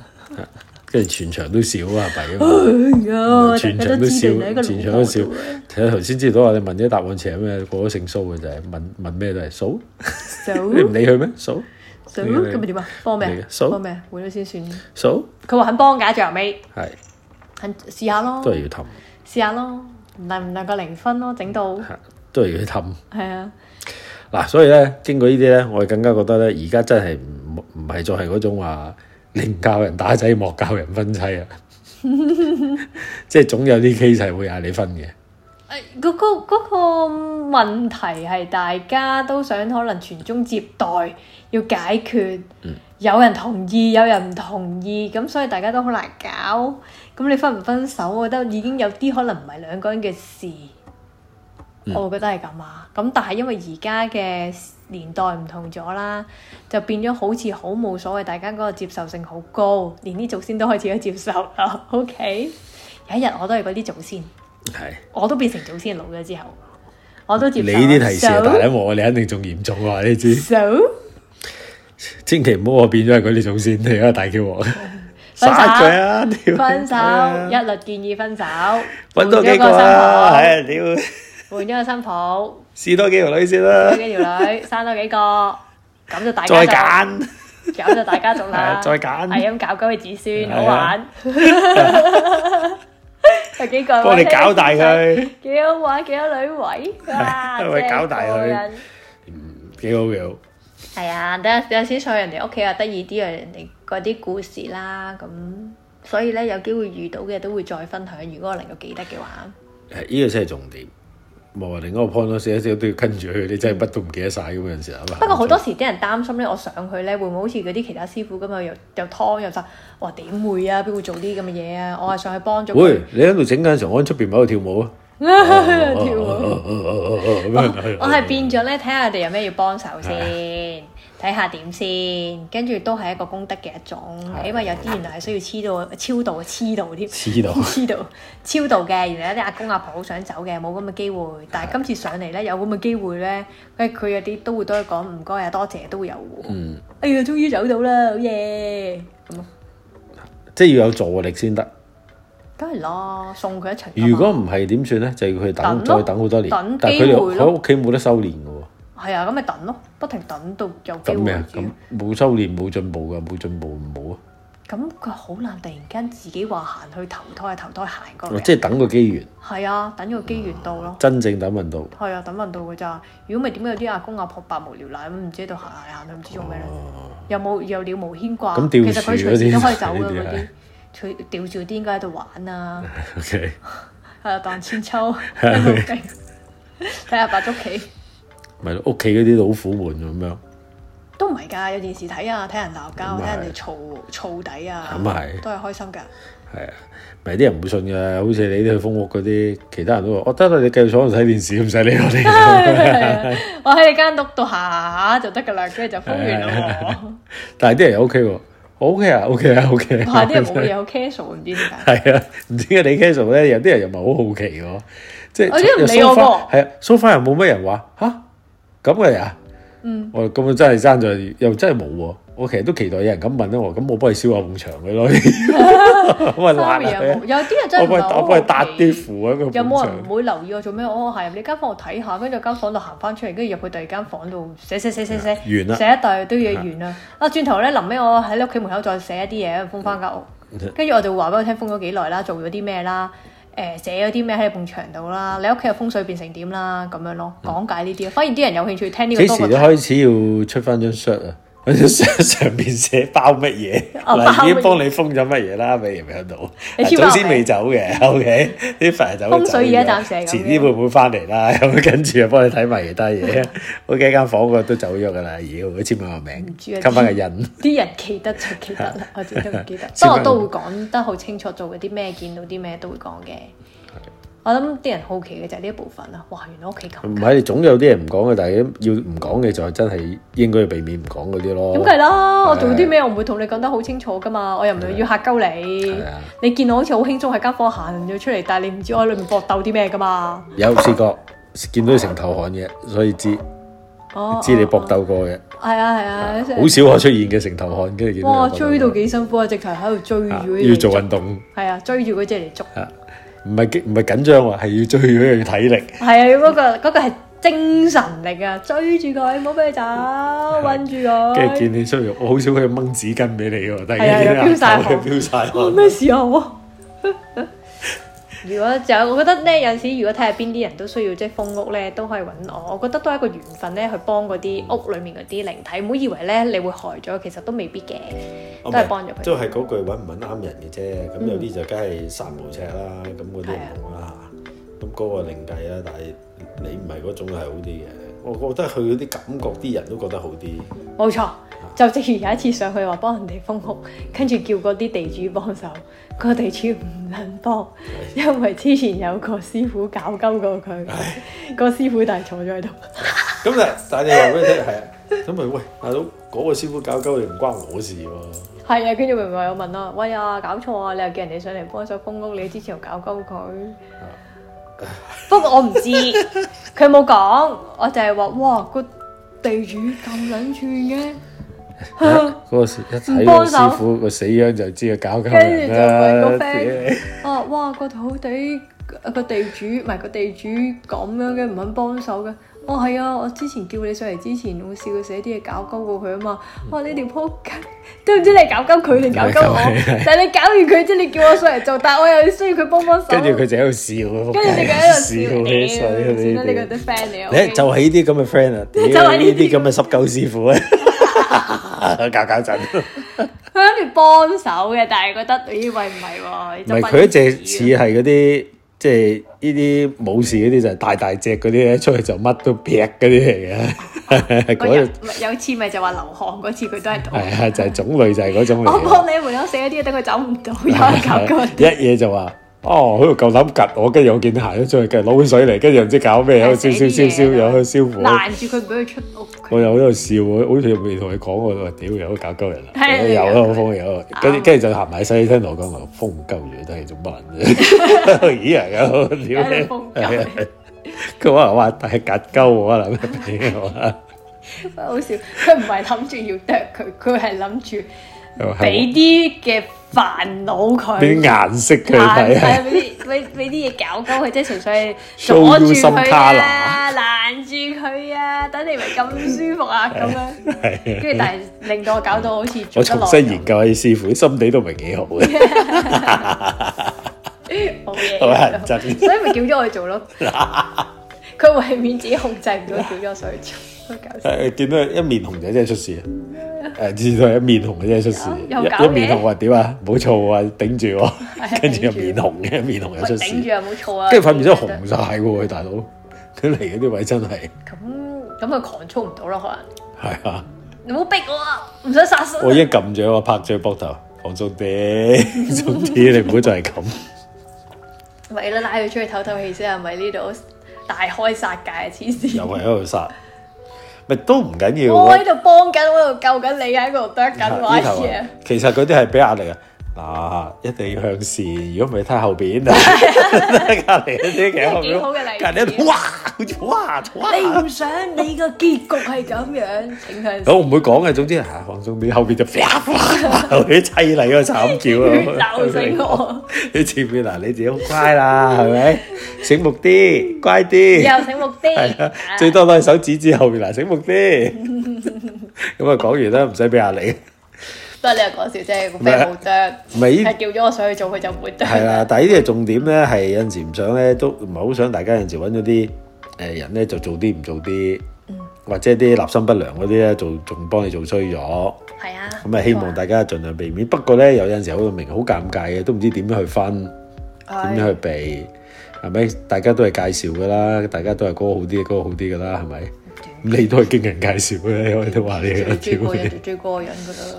S2: 跟住全場都笑啊，弊 啊
S1: 哎
S2: 嘛！
S1: 呀
S2: 啊全
S1: 大
S2: 場
S1: 家
S2: 都
S1: 知
S2: 笑
S1: 道你係一個，
S2: 全
S1: 老婆
S2: 場都笑
S1: 嚟嘅。
S2: 睇下頭先知道我哋問啲答案似係咩，個個姓蘇嘅就係問問咩都係數，
S1: 數
S2: 你唔理佢咩？數
S1: 數
S2: 你嘅
S1: 咁咪點啊？幫
S2: 你
S1: 咩
S2: 嘅？數
S1: 幫咩？換咗先算。
S2: 數
S1: 佢話肯幫㗎，最後尾
S2: 係
S1: 肯試下咯
S2: 都，係要氹，
S1: 試下咯，能唔能夠零分咯？整到
S2: 嚇都係要氹。
S1: 係啊，
S2: 嗱，所以咧經過呢啲咧，我哋更加覺得咧，而家真係唔唔係再係嗰種話寧教人打仔，莫教人分 妻啊！即係總有啲 case 係會嗌你分嘅，
S1: 誒嗰個嗰個問題係大家都想可能傳宗接代要解決，有人同意，有人唔同意，咁所以大家都好難搞。咁你分唔分手，我覺得已經有啲可能唔係兩個人嘅事，我會覺得係咁啊。咁但係因為而家嘅年代唔同咗啦，就變咗好似好冇所謂，大家嗰個接受性好高，連啲祖先都開始咗接受啦。OK，有一日我都係嗰啲祖先。
S2: 係
S1: 我都變成祖先老咗之後，我都接
S2: 你
S1: 受
S2: 呢啲提示啊，大
S1: 手
S2: 佬我你肯定仲嚴重喎，你知？
S1: 手
S2: 千祈唔好我變咗係嗰啲祖先，你而啊家大叫 我
S1: 手
S2: 殺佢啊！屌
S1: 分手
S2: 係啊
S1: 一律建議 分手，
S2: 揾多
S1: 換咗
S2: 幾個
S1: 個新
S2: 啦，
S1: 抱，
S2: 係啊屌，
S1: 換咗個新抱，
S2: 試多幾條女先啦
S1: 追，幾條女，生多幾個，咁就大
S2: 再
S1: 家
S2: 揀。
S1: 就咁就大家族啦，
S2: 係 再揀
S1: 係咁搞鳩佢子孫，
S2: 係啊
S1: 好玩， 有幾個
S2: 幫你搞 大佢，
S1: 幾好玩，幾多女位，哇！
S2: 喂
S1: 真係
S2: 搞大佢
S1: 過癮
S2: 嗯幾好幾好。
S1: 係啊，等有有時上人哋屋企又得意啲啊，人哋嗰啲故事啦，咁所以咧有機會遇到嘅都會再分享，如果我能夠記得嘅話，
S2: 誒，呢個先係重點。冇啊，另一個 point 咯，寫寫都要跟住佢，你真係乜都唔記得晒咁有陣時啊。
S1: 不過好多時啲人擔心咧，我上去咧會唔會好似嗰啲其他師傅咁啊，又又劏又殺，我話點會啊？邊會做啲咁嘅嘢啊？我係上去幫咗佢
S2: 喂，你喺度整緊常安出邊咪喺度跳舞啊？
S1: 跳
S2: 哦
S1: 舞。
S2: 咁樣
S1: 我係變咗咧，睇下佢哋有咩要幫手先，睇下點先，跟住都係一個功德嘅一種，因為有啲原來係需要黐到超度黐到添，
S2: 黐到
S1: 黐到超度嘅，原來有啲阿公阿婆好想走嘅，冇咁嘅機會，但係今次上嚟咧有咁嘅機會咧，佢佢有啲都會多講唔該啊多謝都會有喎，
S2: 嗯，
S1: 哎呀終於走到啦，好嘢咁啊咯，
S2: 即係要有助力先得。
S1: 梗係啦，送佢一程啊嘛。
S2: 如果唔係點算咧？就要佢等，
S1: 等咯
S2: 再等好多年。
S1: 等
S2: 但係佢
S1: 機
S2: 哋
S1: 會咯
S2: 喺屋企冇得修練嘅喎。
S1: 係啊，咁咪等咯，不停等到有機會
S2: 咁咩啊？
S1: 主要
S2: 咁冇修練冇進步㗎，冇進步唔好啊！
S1: 咁佢好難突然間自己話行去投胎，投胎行過
S2: 哦
S1: 嚟。
S2: 即係等個機緣，
S1: 係啊，等咗個機緣到咯。
S2: 真正等運到。
S1: 係啊，等運到㗎咋。如果唔係點解有啲阿公阿婆百無聊賴咁，唔知喺度行嚟行去，唔知做咩咧？
S2: 哦
S1: 又冇又了無牽
S2: 咁
S1: 掛。
S2: 吊
S1: 其實佢
S2: 樹嗰
S1: 隨時都
S2: 啲
S1: 可以走㗎
S2: 呢啲啊
S1: 嗰
S2: 係
S1: 啲。隨吊住啲應該喺度玩 啊，
S2: OK，
S1: 係啊，盪千秋，喺度揈睇下白竹棋
S2: 咪咯屋企嗰啲老虎門咁樣，
S1: 都唔係㗎，有電視睇啊，睇人鬧交，
S2: 咁啊係
S1: 睇人哋嘈嘈底啊，
S2: 咁啊係
S1: 都係開心㗎。
S2: 係啊，咪啲人唔會信嘅，好似你啲去封屋嗰啲，其他人都話：我得啦，你繼續坐喺度睇電視，唔使理我 哋。
S1: 我喺你間屋度行下就得㗎啦，跟住就封完啦喎。
S2: 但係啲人又 OK 喎，我 OK 啊，OK 啊，OK 啊。
S1: 哇！啲人冇嘢好 casual，唔知點 解。
S2: 係啊，唔知點解你 casual 咧，有啲人又唔係好好奇喎，即係
S1: 哦我啲人唔理我喎
S2: 係啊，so far 又冇乜人話吓，咁嘅啊，
S1: 嗯，
S2: 我根本真係爭在，又真係冇喎。我其實都期待有人咁問啦我，咁我幫你燒下埲牆佢 咯，
S1: Sorry 啊，冇有啲
S2: 咁咪辣 佢，
S1: 人真係
S2: 我
S1: 唔係
S2: 幫你
S1: 好
S2: 我幫你搭
S1: 好奇
S2: 啲符喺個埲
S1: 有冇人
S2: 牆
S1: 唔。會留意啊我做咩？我係入你間房度睇下，跟住間房度行翻出嚟，跟住入去第二間房度寫寫寫寫寫，
S2: 完啦
S1: 寫一大堆嘢完啦。啊，嗯轉頭咧臨尾我喺屋企門口再寫一啲嘢，封翻間屋，跟住我就會話俾佢聽封咗幾耐啦，做咗啲咩啦，誒寫咗啲咩喺埲牆度啦，你屋企嘅風水變成點啦咁樣咯，講解呢啲。反而啲人有興趣嗯聽呢個
S2: 幾
S1: 多
S2: 時
S1: 過
S2: 都
S1: 睇
S2: 開始要出翻張 shirt 啊？ 嗰張 shirt 上邊寫包乜嘢？
S1: 哦
S2: 嗱，已經
S1: 包乜嘢
S2: 幫你封咗乜嘢啦？未未喺度
S1: 你，簽
S2: 祖
S1: 埋
S2: 先
S1: 名
S2: 未走嘅，OK，啲 佛走
S1: 風水嘢
S2: 嘢
S1: 暫時係咁樣
S2: 遲啲會唔會翻嚟啦？ 咁跟住又幫你睇埋其他嘢。 我幾間房個都走咗噶啦，妖，佢簽埋個名，
S1: 知啊
S2: 吸翻個印。
S1: 啲人記得就記得啦，我自己都唔記 得。不
S2: 先
S1: 過我
S2: 問
S1: 都會講得好清楚，做嗰啲咩，見到啲咩都會講嘅。我諗啲人好奇嘅就係呢一部分啦。哇，原來屋企咁
S2: 唔係，總有啲人唔講嘅，但係要唔講嘅就真係應該要避免唔講嗰啲咯。
S1: 咁梗係啦，我做
S2: 係啊
S1: 啲咩我唔會同你講得好清楚噶嘛，我又唔係要嚇鳩你
S2: 係啊。
S1: 你見我好似好輕鬆喺間房行咗出嚟，但係你唔知我喺裏面搏鬥啲咩噶嘛。
S2: 有試過見到佢成頭汗嘅，所以知
S1: 哦，
S2: 知你
S1: 哦
S2: 搏。鬥過嘅。
S1: 哦係啊係啊，
S2: 好啊少可出現嘅城頭汗，跟住見到
S1: 哇
S2: 有個
S1: 追到幾辛苦啊！直頭喺度追
S2: 啊
S1: 住
S2: 要做運，動
S1: 係啊，追住嗰隻嚟捉。
S2: 啊，唔係激唔係緊張喎，係要追佢嘅體力。
S1: 係啊，嗰、個嗰、個係精神力啊，追住佢，唔好俾佢走，韞住
S2: 跟住
S1: 佢。
S2: 見你出肉，我好少佢掹紙巾俾你喎，但
S1: 係啊
S2: 係見
S1: 又
S2: 你
S1: 飆晒汗
S2: 佢飆晒
S1: 哇！
S2: 汗。
S1: 咩時候啊？如果就我覺得咧，有陣時如果睇下邊啲人都需要即係封屋咧，都可以揾我。我覺得都係一個緣分咧，去幫嗰啲屋裡面嗰啲靈體。唔好以為咧你會害咗，其實都未必嘅，都係幫咗佢。
S2: 都哦係嗰句揾唔揾啱人嘅啫，咁有啲就梗係殺無尺啦，咁嗰啲唔同啦嚇，咁嗰個另計啦，但係你唔係嗰種係好啲嘅，我覺得佢嗰啲感覺啲人都覺得好啲，
S1: 冇錯，就正如有一次上去話幫人哋封屋，跟住叫嗰啲地主幫手，個地主唔肯幫，因為之前有個師傅搞鳩過佢，個師傅但係坐咗喺度。
S2: 咁但但係你話俾佢聽係啊，咁咪喂大佬嗰個師傅搞鳩你唔關我事喎。
S1: 係啊，跟住明明有問啦，喂啊，搞錯啊，你又叫人哋上嚟幫手封屋，你之前又搞鳩佢。不過我唔知，佢冇講，我就係話哇個地主咁撚串嘅。
S2: 嗰個師一睇
S1: 唔
S2: 個
S1: 幫手
S2: 師傅個死樣就知佢搞鳩人啦
S1: 跟住就問個 friend，啊！哇，個土地個地主唔係個地主咁樣嘅，唔肯幫手嘅。哦，係啊！我之前叫你上嚟之前，我試過寫啲嘢搞鳩過佢啊嘛。哇！你條撲街，都唔知你搞鳩佢定搞鳩我。但係你搞完佢之後，你叫我上嚟做，但係我又需要佢幫幫手。
S2: 跟住佢就喺度笑，
S1: 跟住你喺度笑，
S2: 你
S1: 屌！算啦，你個
S2: 衰
S1: 啲 friend 嚟啊
S2: 你誒
S1: OK
S2: 就係呢啲咁嘅 friend à. 啊，屌
S1: 就係
S2: 呢
S1: 呢
S2: 啲
S1: 啲
S2: 咁嘅濕鳩師傅 咧，搞搞震。
S1: 佢諗住幫手嘅，但係覺得咦喂唔係喎，
S2: 唔係佢一隻似係嗰啲，即係呢啲武士嗰啲就係大大隻嗰啲咧，出去就乜都劈嗰啲嚟 嘅。
S1: 嗰
S2: 嗰
S1: 日有次咪就話流汗嗰次佢都喺度。
S2: 係啊，就係種類就係嗰種嚟
S1: 我
S2: 嘅。
S1: 幫你門口寫咗啲嘢，等佢走唔 到，有人搞佢。
S2: 一嘢就話。哦，喺度夠膽趌我，跟住我見行咗出去，跟住攞碗水嚟，跟住又唔知搞 咩，喺度燒燒燒燒，又去燒火。
S1: 啊攔住佢唔俾佢出屋。
S2: 我又喺度笑，我好似未同佢講過，我話屌有搞鳩 人啦，
S1: 係
S2: 有啦，我封有，跟住
S1: 啱
S2: 跟住就行埋西聽同我講話封鳩住都係做乜啫？ 咦係啊，我屌
S1: 喺度封鳩
S2: 係啊 佢可能話大格鳩我可能俾我 啊，
S1: 好笑，佢唔係諗住要啄佢，佢係諗住
S2: 又係
S1: 俾啲嘅煩惱佢。
S2: 俾啲 顏色佢睇啊，
S1: 係俾啲俾俾啲嘢搞鳩佢，即係純粹係
S2: Show
S1: 阻
S2: you
S1: 住
S2: some
S1: 佢
S2: colour
S1: 啊，攔住佢啊，等你咪咁舒服啊咁樣。
S2: 係啊
S1: 跟住但係令到我搞到好似
S2: 我
S1: 做得
S2: 重
S1: 耐
S2: 新研究下啲師傅，心地都唔係幾好嘅，
S1: 冇嘢
S2: 好乞人。憎。
S1: 所以咪叫咗我去做 咯。佢為免自己控制唔到，叫咗我上去做，好搞笑。
S2: 誒見到一面紅就真係出事啊！誒至到一面紅嘅真係出事，
S1: 有哦有搞
S2: 一一面
S1: 嘢
S2: 紅話點啊？冇錯啊，頂住我
S1: 係啊，
S2: 跟住
S1: 頂
S2: 一
S1: 住
S2: 面紅嘅，一面紅又
S1: 喂
S2: 出
S1: 頂住
S2: 事，
S1: 又冇錯啊！
S2: 跟住塊面真係紅晒喎，佢大佬，佢嚟嗰啲位真係
S1: 咁咁佢狂操唔到咯，可能
S2: 係啊！
S1: 你唔好逼我啊，唔想殺死
S2: 我已經撳住我拍住佢膊頭，放鬆 啲，放鬆啲，你唔好再係咁。
S1: 咪啦，拉佢出去透透氣先啊，咪呢度大開殺戒，啊黐
S2: 又
S1: 線！
S2: 係喺度殺，咪都唔緊要。
S1: 我喺度幫緊，我喺度救緊你，喺度啄緊
S2: 呢
S1: 我
S2: 頭
S1: 嘢
S2: 啊。其實嗰啲係俾壓力啊。嗱，一定要向前，如果唔係睇下後 邊啊，隔離嗰啲嘅後
S1: 幾
S2: 邊，
S1: 好嘅例子
S2: 隔離一種哇，好似哇
S1: 你
S2: 哇，
S1: 唔想你個結局係咁樣，請向
S2: 我唔會講嘅，總之嚇放鬆啲，後邊就啪啪，後邊砌嚟個慘叫啊，
S1: 鬧死 我！
S2: 你前面嗱你自己好乖啦，係咪？醒目啲，乖啲。
S1: 又醒目
S2: 係
S1: 啲
S2: 啊，，最多都係手指指後面嗱，醒目啲。咁啊，講完啦，唔使俾壓力。
S1: 不過你又講笑啫，個 friend 冇啄，
S2: 唔係呢
S1: 係，叫咗我上去做，佢就唔會啄。
S2: 係啦，但係呢啲係重點咧，係有陣時唔想咧，都唔係好想大家有陣時揾咗啲誒人咧，就做啲唔做啲，或者啲立心不良嗰啲咧，做仲幫你做衰咗。
S1: 係啊，
S2: 咁啊，希
S1: Vâng.
S2: 望大家盡量避免。不過咧，有陣時好明好尷尬嘅，都唔知點樣去分。點樣去避？係咪？大家都係介紹噶啦，大家都係嗰個好啲，嗰、個好啲噶啦，係咪？咁你都係經人介紹嘅，我都話你
S1: 追
S2: 啦，
S1: 追
S2: 屌
S1: 過人
S2: 你！
S1: 就追過人㗎啦，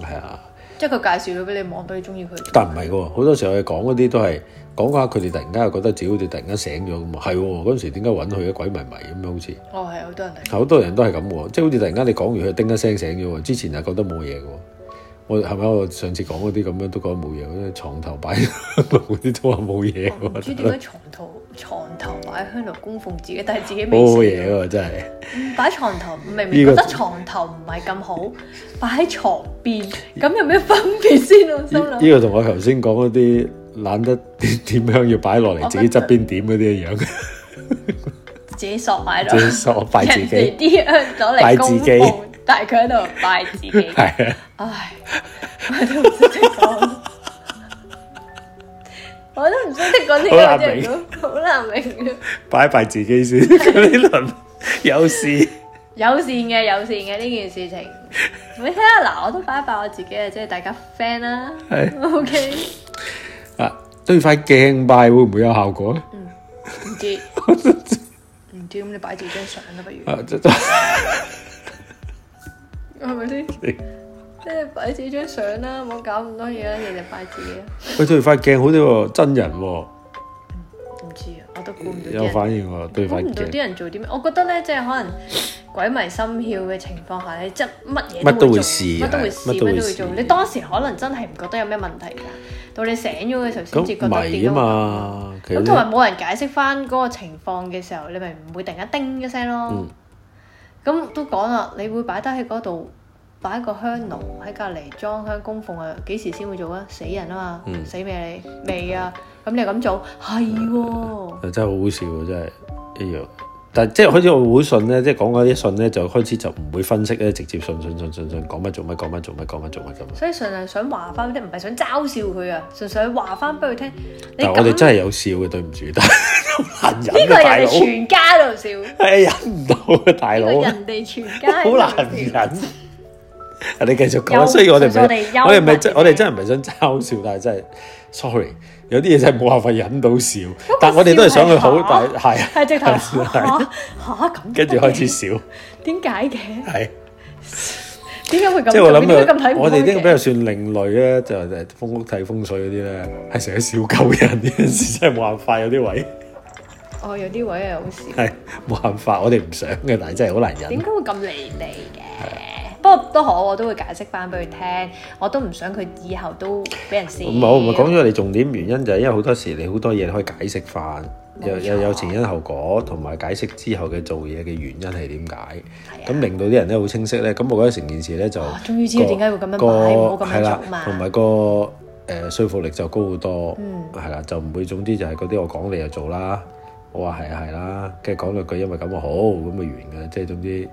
S2: 係啊，
S1: 即係佢介紹咗俾你望到你中意佢。
S2: 但唔係喎，好多時候佢講嗰啲都係講講下，佢哋突然間又覺得自己好似突然間醒咗咁啊！係喎，嗰陣時點解揾佢嘅鬼迷迷咁樣好似？
S1: 哦，係好多人嚟。
S2: 好多人都係咁喎，即係好似突然間你講完佢叮一聲醒咗喎，之前又覺得冇嘢嘅喎。我係咪我上次講嗰啲咁樣都覺得冇嘢，嗰啲床頭擺嗰啲都話冇嘢
S1: 我唔
S2: 喎，
S1: 知 點解床頭床頭擺香爐供奉自己，但係自己
S2: 好
S1: 未
S2: 好
S1: 死
S2: 嘢喎真係。
S1: 擺床頭，明明
S2: 呢個
S1: 覺得床頭唔係咁好，擺喺床邊，咁有咩分別先？我心
S2: 呢
S1: 諗
S2: 呢個同我頭先講嗰啲懶得 點樣要擺落嚟自己側邊點嗰啲一樣，
S1: 自己索埋度，
S2: 即係索拜自
S1: 人哋
S2: 己，
S1: 啲香攞
S2: 拜
S1: 嚟
S2: 自
S1: 供
S2: 己
S1: 奉，但係佢喺度拜自己。
S2: 係啊，
S1: 唉，我都唔識得講，我都唔識得講呢
S2: 好難
S1: 個
S2: 明
S1: 人好難明嘅。
S2: 擺一擺自己先。 咁呢輪有事，
S1: 友善嘅友善嘅呢件事情，你睇下嗱，我都擺一擺我自己啊，即係大家 friend 啦。
S2: 係
S1: OK，
S2: 啊，對塊鏡拜會唔會有效果咧？
S1: 唔知唔知咁你擺住張相啦，不如
S2: 啊，真真
S1: 係咪先？即係擺自己張相啦，唔好搞咁多嘢啦，日日擺自己啊。
S2: 喂，對塊鏡好啲喎，真人喎，
S1: 唔知啊，我都估唔到啲
S2: 有
S1: 人。
S2: 反應喎，對
S1: 估
S2: 塊
S1: 唔到啲
S2: 鏡
S1: 人做啲咩，我覺得咧，即係 可能鬼迷心竅嘅情況下咧，即係乜嘢
S2: 乜都
S1: 會
S2: 會
S1: 做
S2: 試
S1: 乜都
S2: 係
S1: 會
S2: 乜
S1: 試，
S2: 都
S1: 乜
S2: 會
S1: 都會做
S2: 試。
S1: 你當時可能真係唔覺得有咩問題㗎，到你醒咗嘅時候先至覺
S2: 咁
S1: 得
S2: 迷
S1: 點解會
S2: 啊嘛，其
S1: 咁。
S2: 實
S1: 咁同埋冇人解釋翻嗰個情況嘅時候，你咪唔會突然間叮一聲咯
S2: 嗯。
S1: 咁都講啦，你會擺低喺嗰度，擺個香爐喺隔離裝香供奉啊，幾時先會做啊？死人啊嘛，
S2: 嗯
S1: 死未你？未啊！咁你咁做係喎。
S2: 啊真係好好笑喎，真係一樣。但係即係開始我會信咧，即係講嗰啲信咧，就開始就唔會分析咧，直接信信信信信講乜做乜講乜做乜講乜做乜咁。啊
S1: 所以純粹想話翻俾你，唔係想嘲笑佢啊，純粹話翻俾佢聽。你
S2: 但係我哋
S1: 咁
S2: 真係有笑嘅，對唔住，但係
S1: 呢
S2: 好
S1: 個係
S2: 難忍啊，大
S1: 人
S2: 佬
S1: 哋， 全家喺度笑，呢
S2: 係忍唔到啊，大佬，
S1: 個人哋全家喺度笑
S2: 好難忍。啊你繼續講，
S1: 幽
S2: 雖然我哋唔
S1: 純粹
S2: 係，
S1: 我哋
S2: 我哋
S1: 幽
S2: 唔
S1: 默
S2: 係
S1: 嘅
S2: 真，我哋真係唔係想嘲笑，但係真係，sorry，有啲嘢真係冇辦法忍到笑，但係我哋都係想佢好，
S1: 笑
S2: 但係啊係
S1: 係直頭嚇
S2: 係
S1: 嚇嚇咁，
S2: 跟住開始笑，
S1: 點解嘅？
S2: 係。
S1: 點解會咁
S2: 即係我
S1: 做？
S2: 諗
S1: 點解咁睇
S2: 佢，
S1: 唔
S2: 我哋呢個比
S1: 開
S2: 較
S1: 嘅
S2: 算另類咧，就係封屋睇風水嗰啲咧，係成日笑鳩人，有陣時真係冇辦法，有啲位
S1: 哦，有啲位係好笑，
S2: 係冇辦法，我哋唔想嘅，但係真係好難忍
S1: 點。解會咁離地嘅？不過都好，我都會解釋翻俾佢聽，我都唔想佢以後都俾人笑。
S2: 唔係我唔係講咗你重點原因就係因為好多時你好多嘢你可以解釋翻，又
S1: 冇錯
S2: 又有前因後果，同埋解釋之後嘅做嘢嘅原因係點解，
S1: 係啊
S2: 咁令到啲人咧好清晰咧，咁我覺得成件事咧就
S1: 啊終於知道
S2: 個
S1: 點解會咁樣
S2: 個
S1: 擺唔好咁樣
S2: 係啦
S1: 做嘛嗯
S2: 同埋個誒說服力就高好多，係啦，就唔會總之就係嗰啲我講你就做啦，我話係啊係啦，跟住講兩句因為咁啊好，咁啊完㗎，即係總之。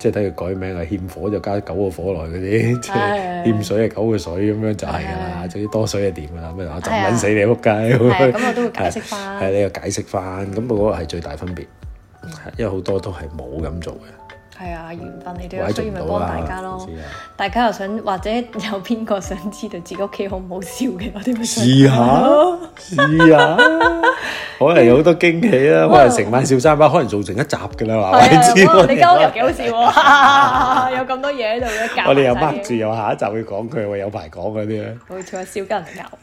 S2: 即係睇佢改名啊，欠火就加九個火來嗰啲，即係
S1: 唉
S2: 欠水係九個水咁樣就係㗎啦
S1: 唉。
S2: 總之多水係點㗎啦，咩啊
S1: 係
S2: 浸
S1: 啊
S2: 撚死你仆街
S1: 係啊
S2: 咁樣，
S1: 咁我都會解釋翻
S2: 係。你又解釋翻，咁我覺得係最大分別，係因為好多都係冇咁做嘅，
S1: 係啊，緣分你都
S2: 或
S1: 有
S2: 者
S1: 需要
S2: 做唔
S1: 咪
S2: 到
S1: 幫
S2: 啦。
S1: 大家咯
S2: 唔。知啊
S1: 大家又想或者 有邊個想知道自己屋企好唔好笑嘅，我哋咪想
S2: 試下，試下，可能有好多驚喜啦，可能成晚笑三巴，可能做成一集㗎啦，
S1: 係
S2: 話
S1: 啊
S2: 你知
S1: 哇
S2: 我
S1: 你交又
S2: 哋
S1: 幾好笑喎， 有咁多嘢喺度嘅夾。
S2: 我哋又掹住，有下一集會講佢喎，有排講嗰啲咧。
S1: 冇錯，笑跟人夾。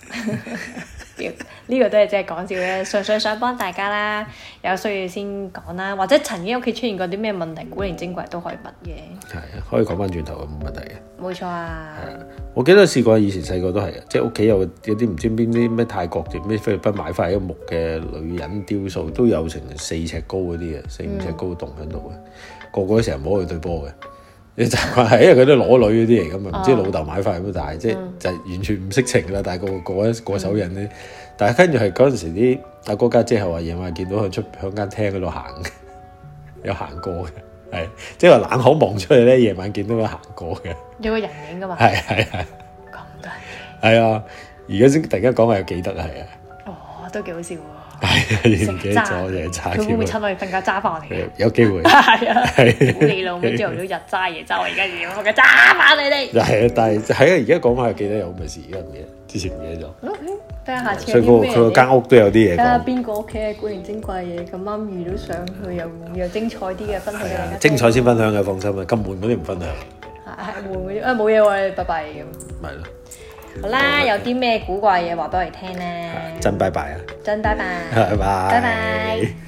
S1: 屌呢個都係真係講笑嘅，純粹想幫大家啦，有需要先講啦，或者曾經屋企出現過啲咩問題，古靈精怪都可以問嘅，
S2: 係啊，可以講翻轉頭嘅冇問題嘅。
S1: 冇錯啊，
S2: 我記得試過，以前細個都係嘅，即係屋企有有啲唔知邊啲咩泰國定咩菲律賓買翻嚟一個木嘅女人雕塑，都有成四尺高嗰啲嘅，四五尺高洞喺度嘅，個個都成日摸佢對波嘅。你就係 因為佢都裸女嗰啲嚟㗎嘛，唔知老豆買翻嚟咁，但係即係就係完全唔識情啦。但係個個個過手癮咧，但係跟住係嗰陣時啲阿哥家姐係話夜晚見到佢出響間廳嗰度行嘅， 有行過嘅，係即係話冷口望出去咧，夜晚見到佢行過嘅，
S1: 有個人影噶嘛，
S2: 係係係。
S1: 咁都係，
S2: 係啊，而家先突然間講話有記得係啊，
S1: 哦，都幾好笑喎，
S2: 係啊，已經唔記
S1: 成
S2: 得咗，
S1: 渣
S2: 又係差
S1: 佢會唔會
S2: 啲
S1: 趁我哋瞓覺揸翻我哋啊？
S2: 啊有機會
S1: 係啊，
S2: 係
S1: 屌你老母朝頭早日揸夜揸，我而家要我嘅揸翻你哋。
S2: 係啊，但係係啊，而家講翻又記得有咁嘅事，而家唔記得，之前唔記得
S1: O K，睇下下次
S2: 咗，所
S1: 有
S2: 以嗰
S1: 啲
S2: 個
S1: 咩
S2: 佢個間
S1: 嘢。
S2: 屋都有啲嘢
S1: 睇下
S2: 講，
S1: 邊個屋企嘅古靈精怪嘢咁啱遇到上去，又又精彩啲嘅分享俾
S2: 係
S1: 大家
S2: 啊，
S1: 聽。
S2: 精彩先分享嘅，放心啊，咁悶嗰啲唔分享，
S1: 係係會唔會？啊冇嘢喎，拜拜咁。
S2: 咪咯，
S1: 好啦，有啲咩古怪嘢話俾我哋聽咧
S2: 係？真拜拜啊，
S1: 真拜拜，
S2: 拜拜，
S1: 拜拜。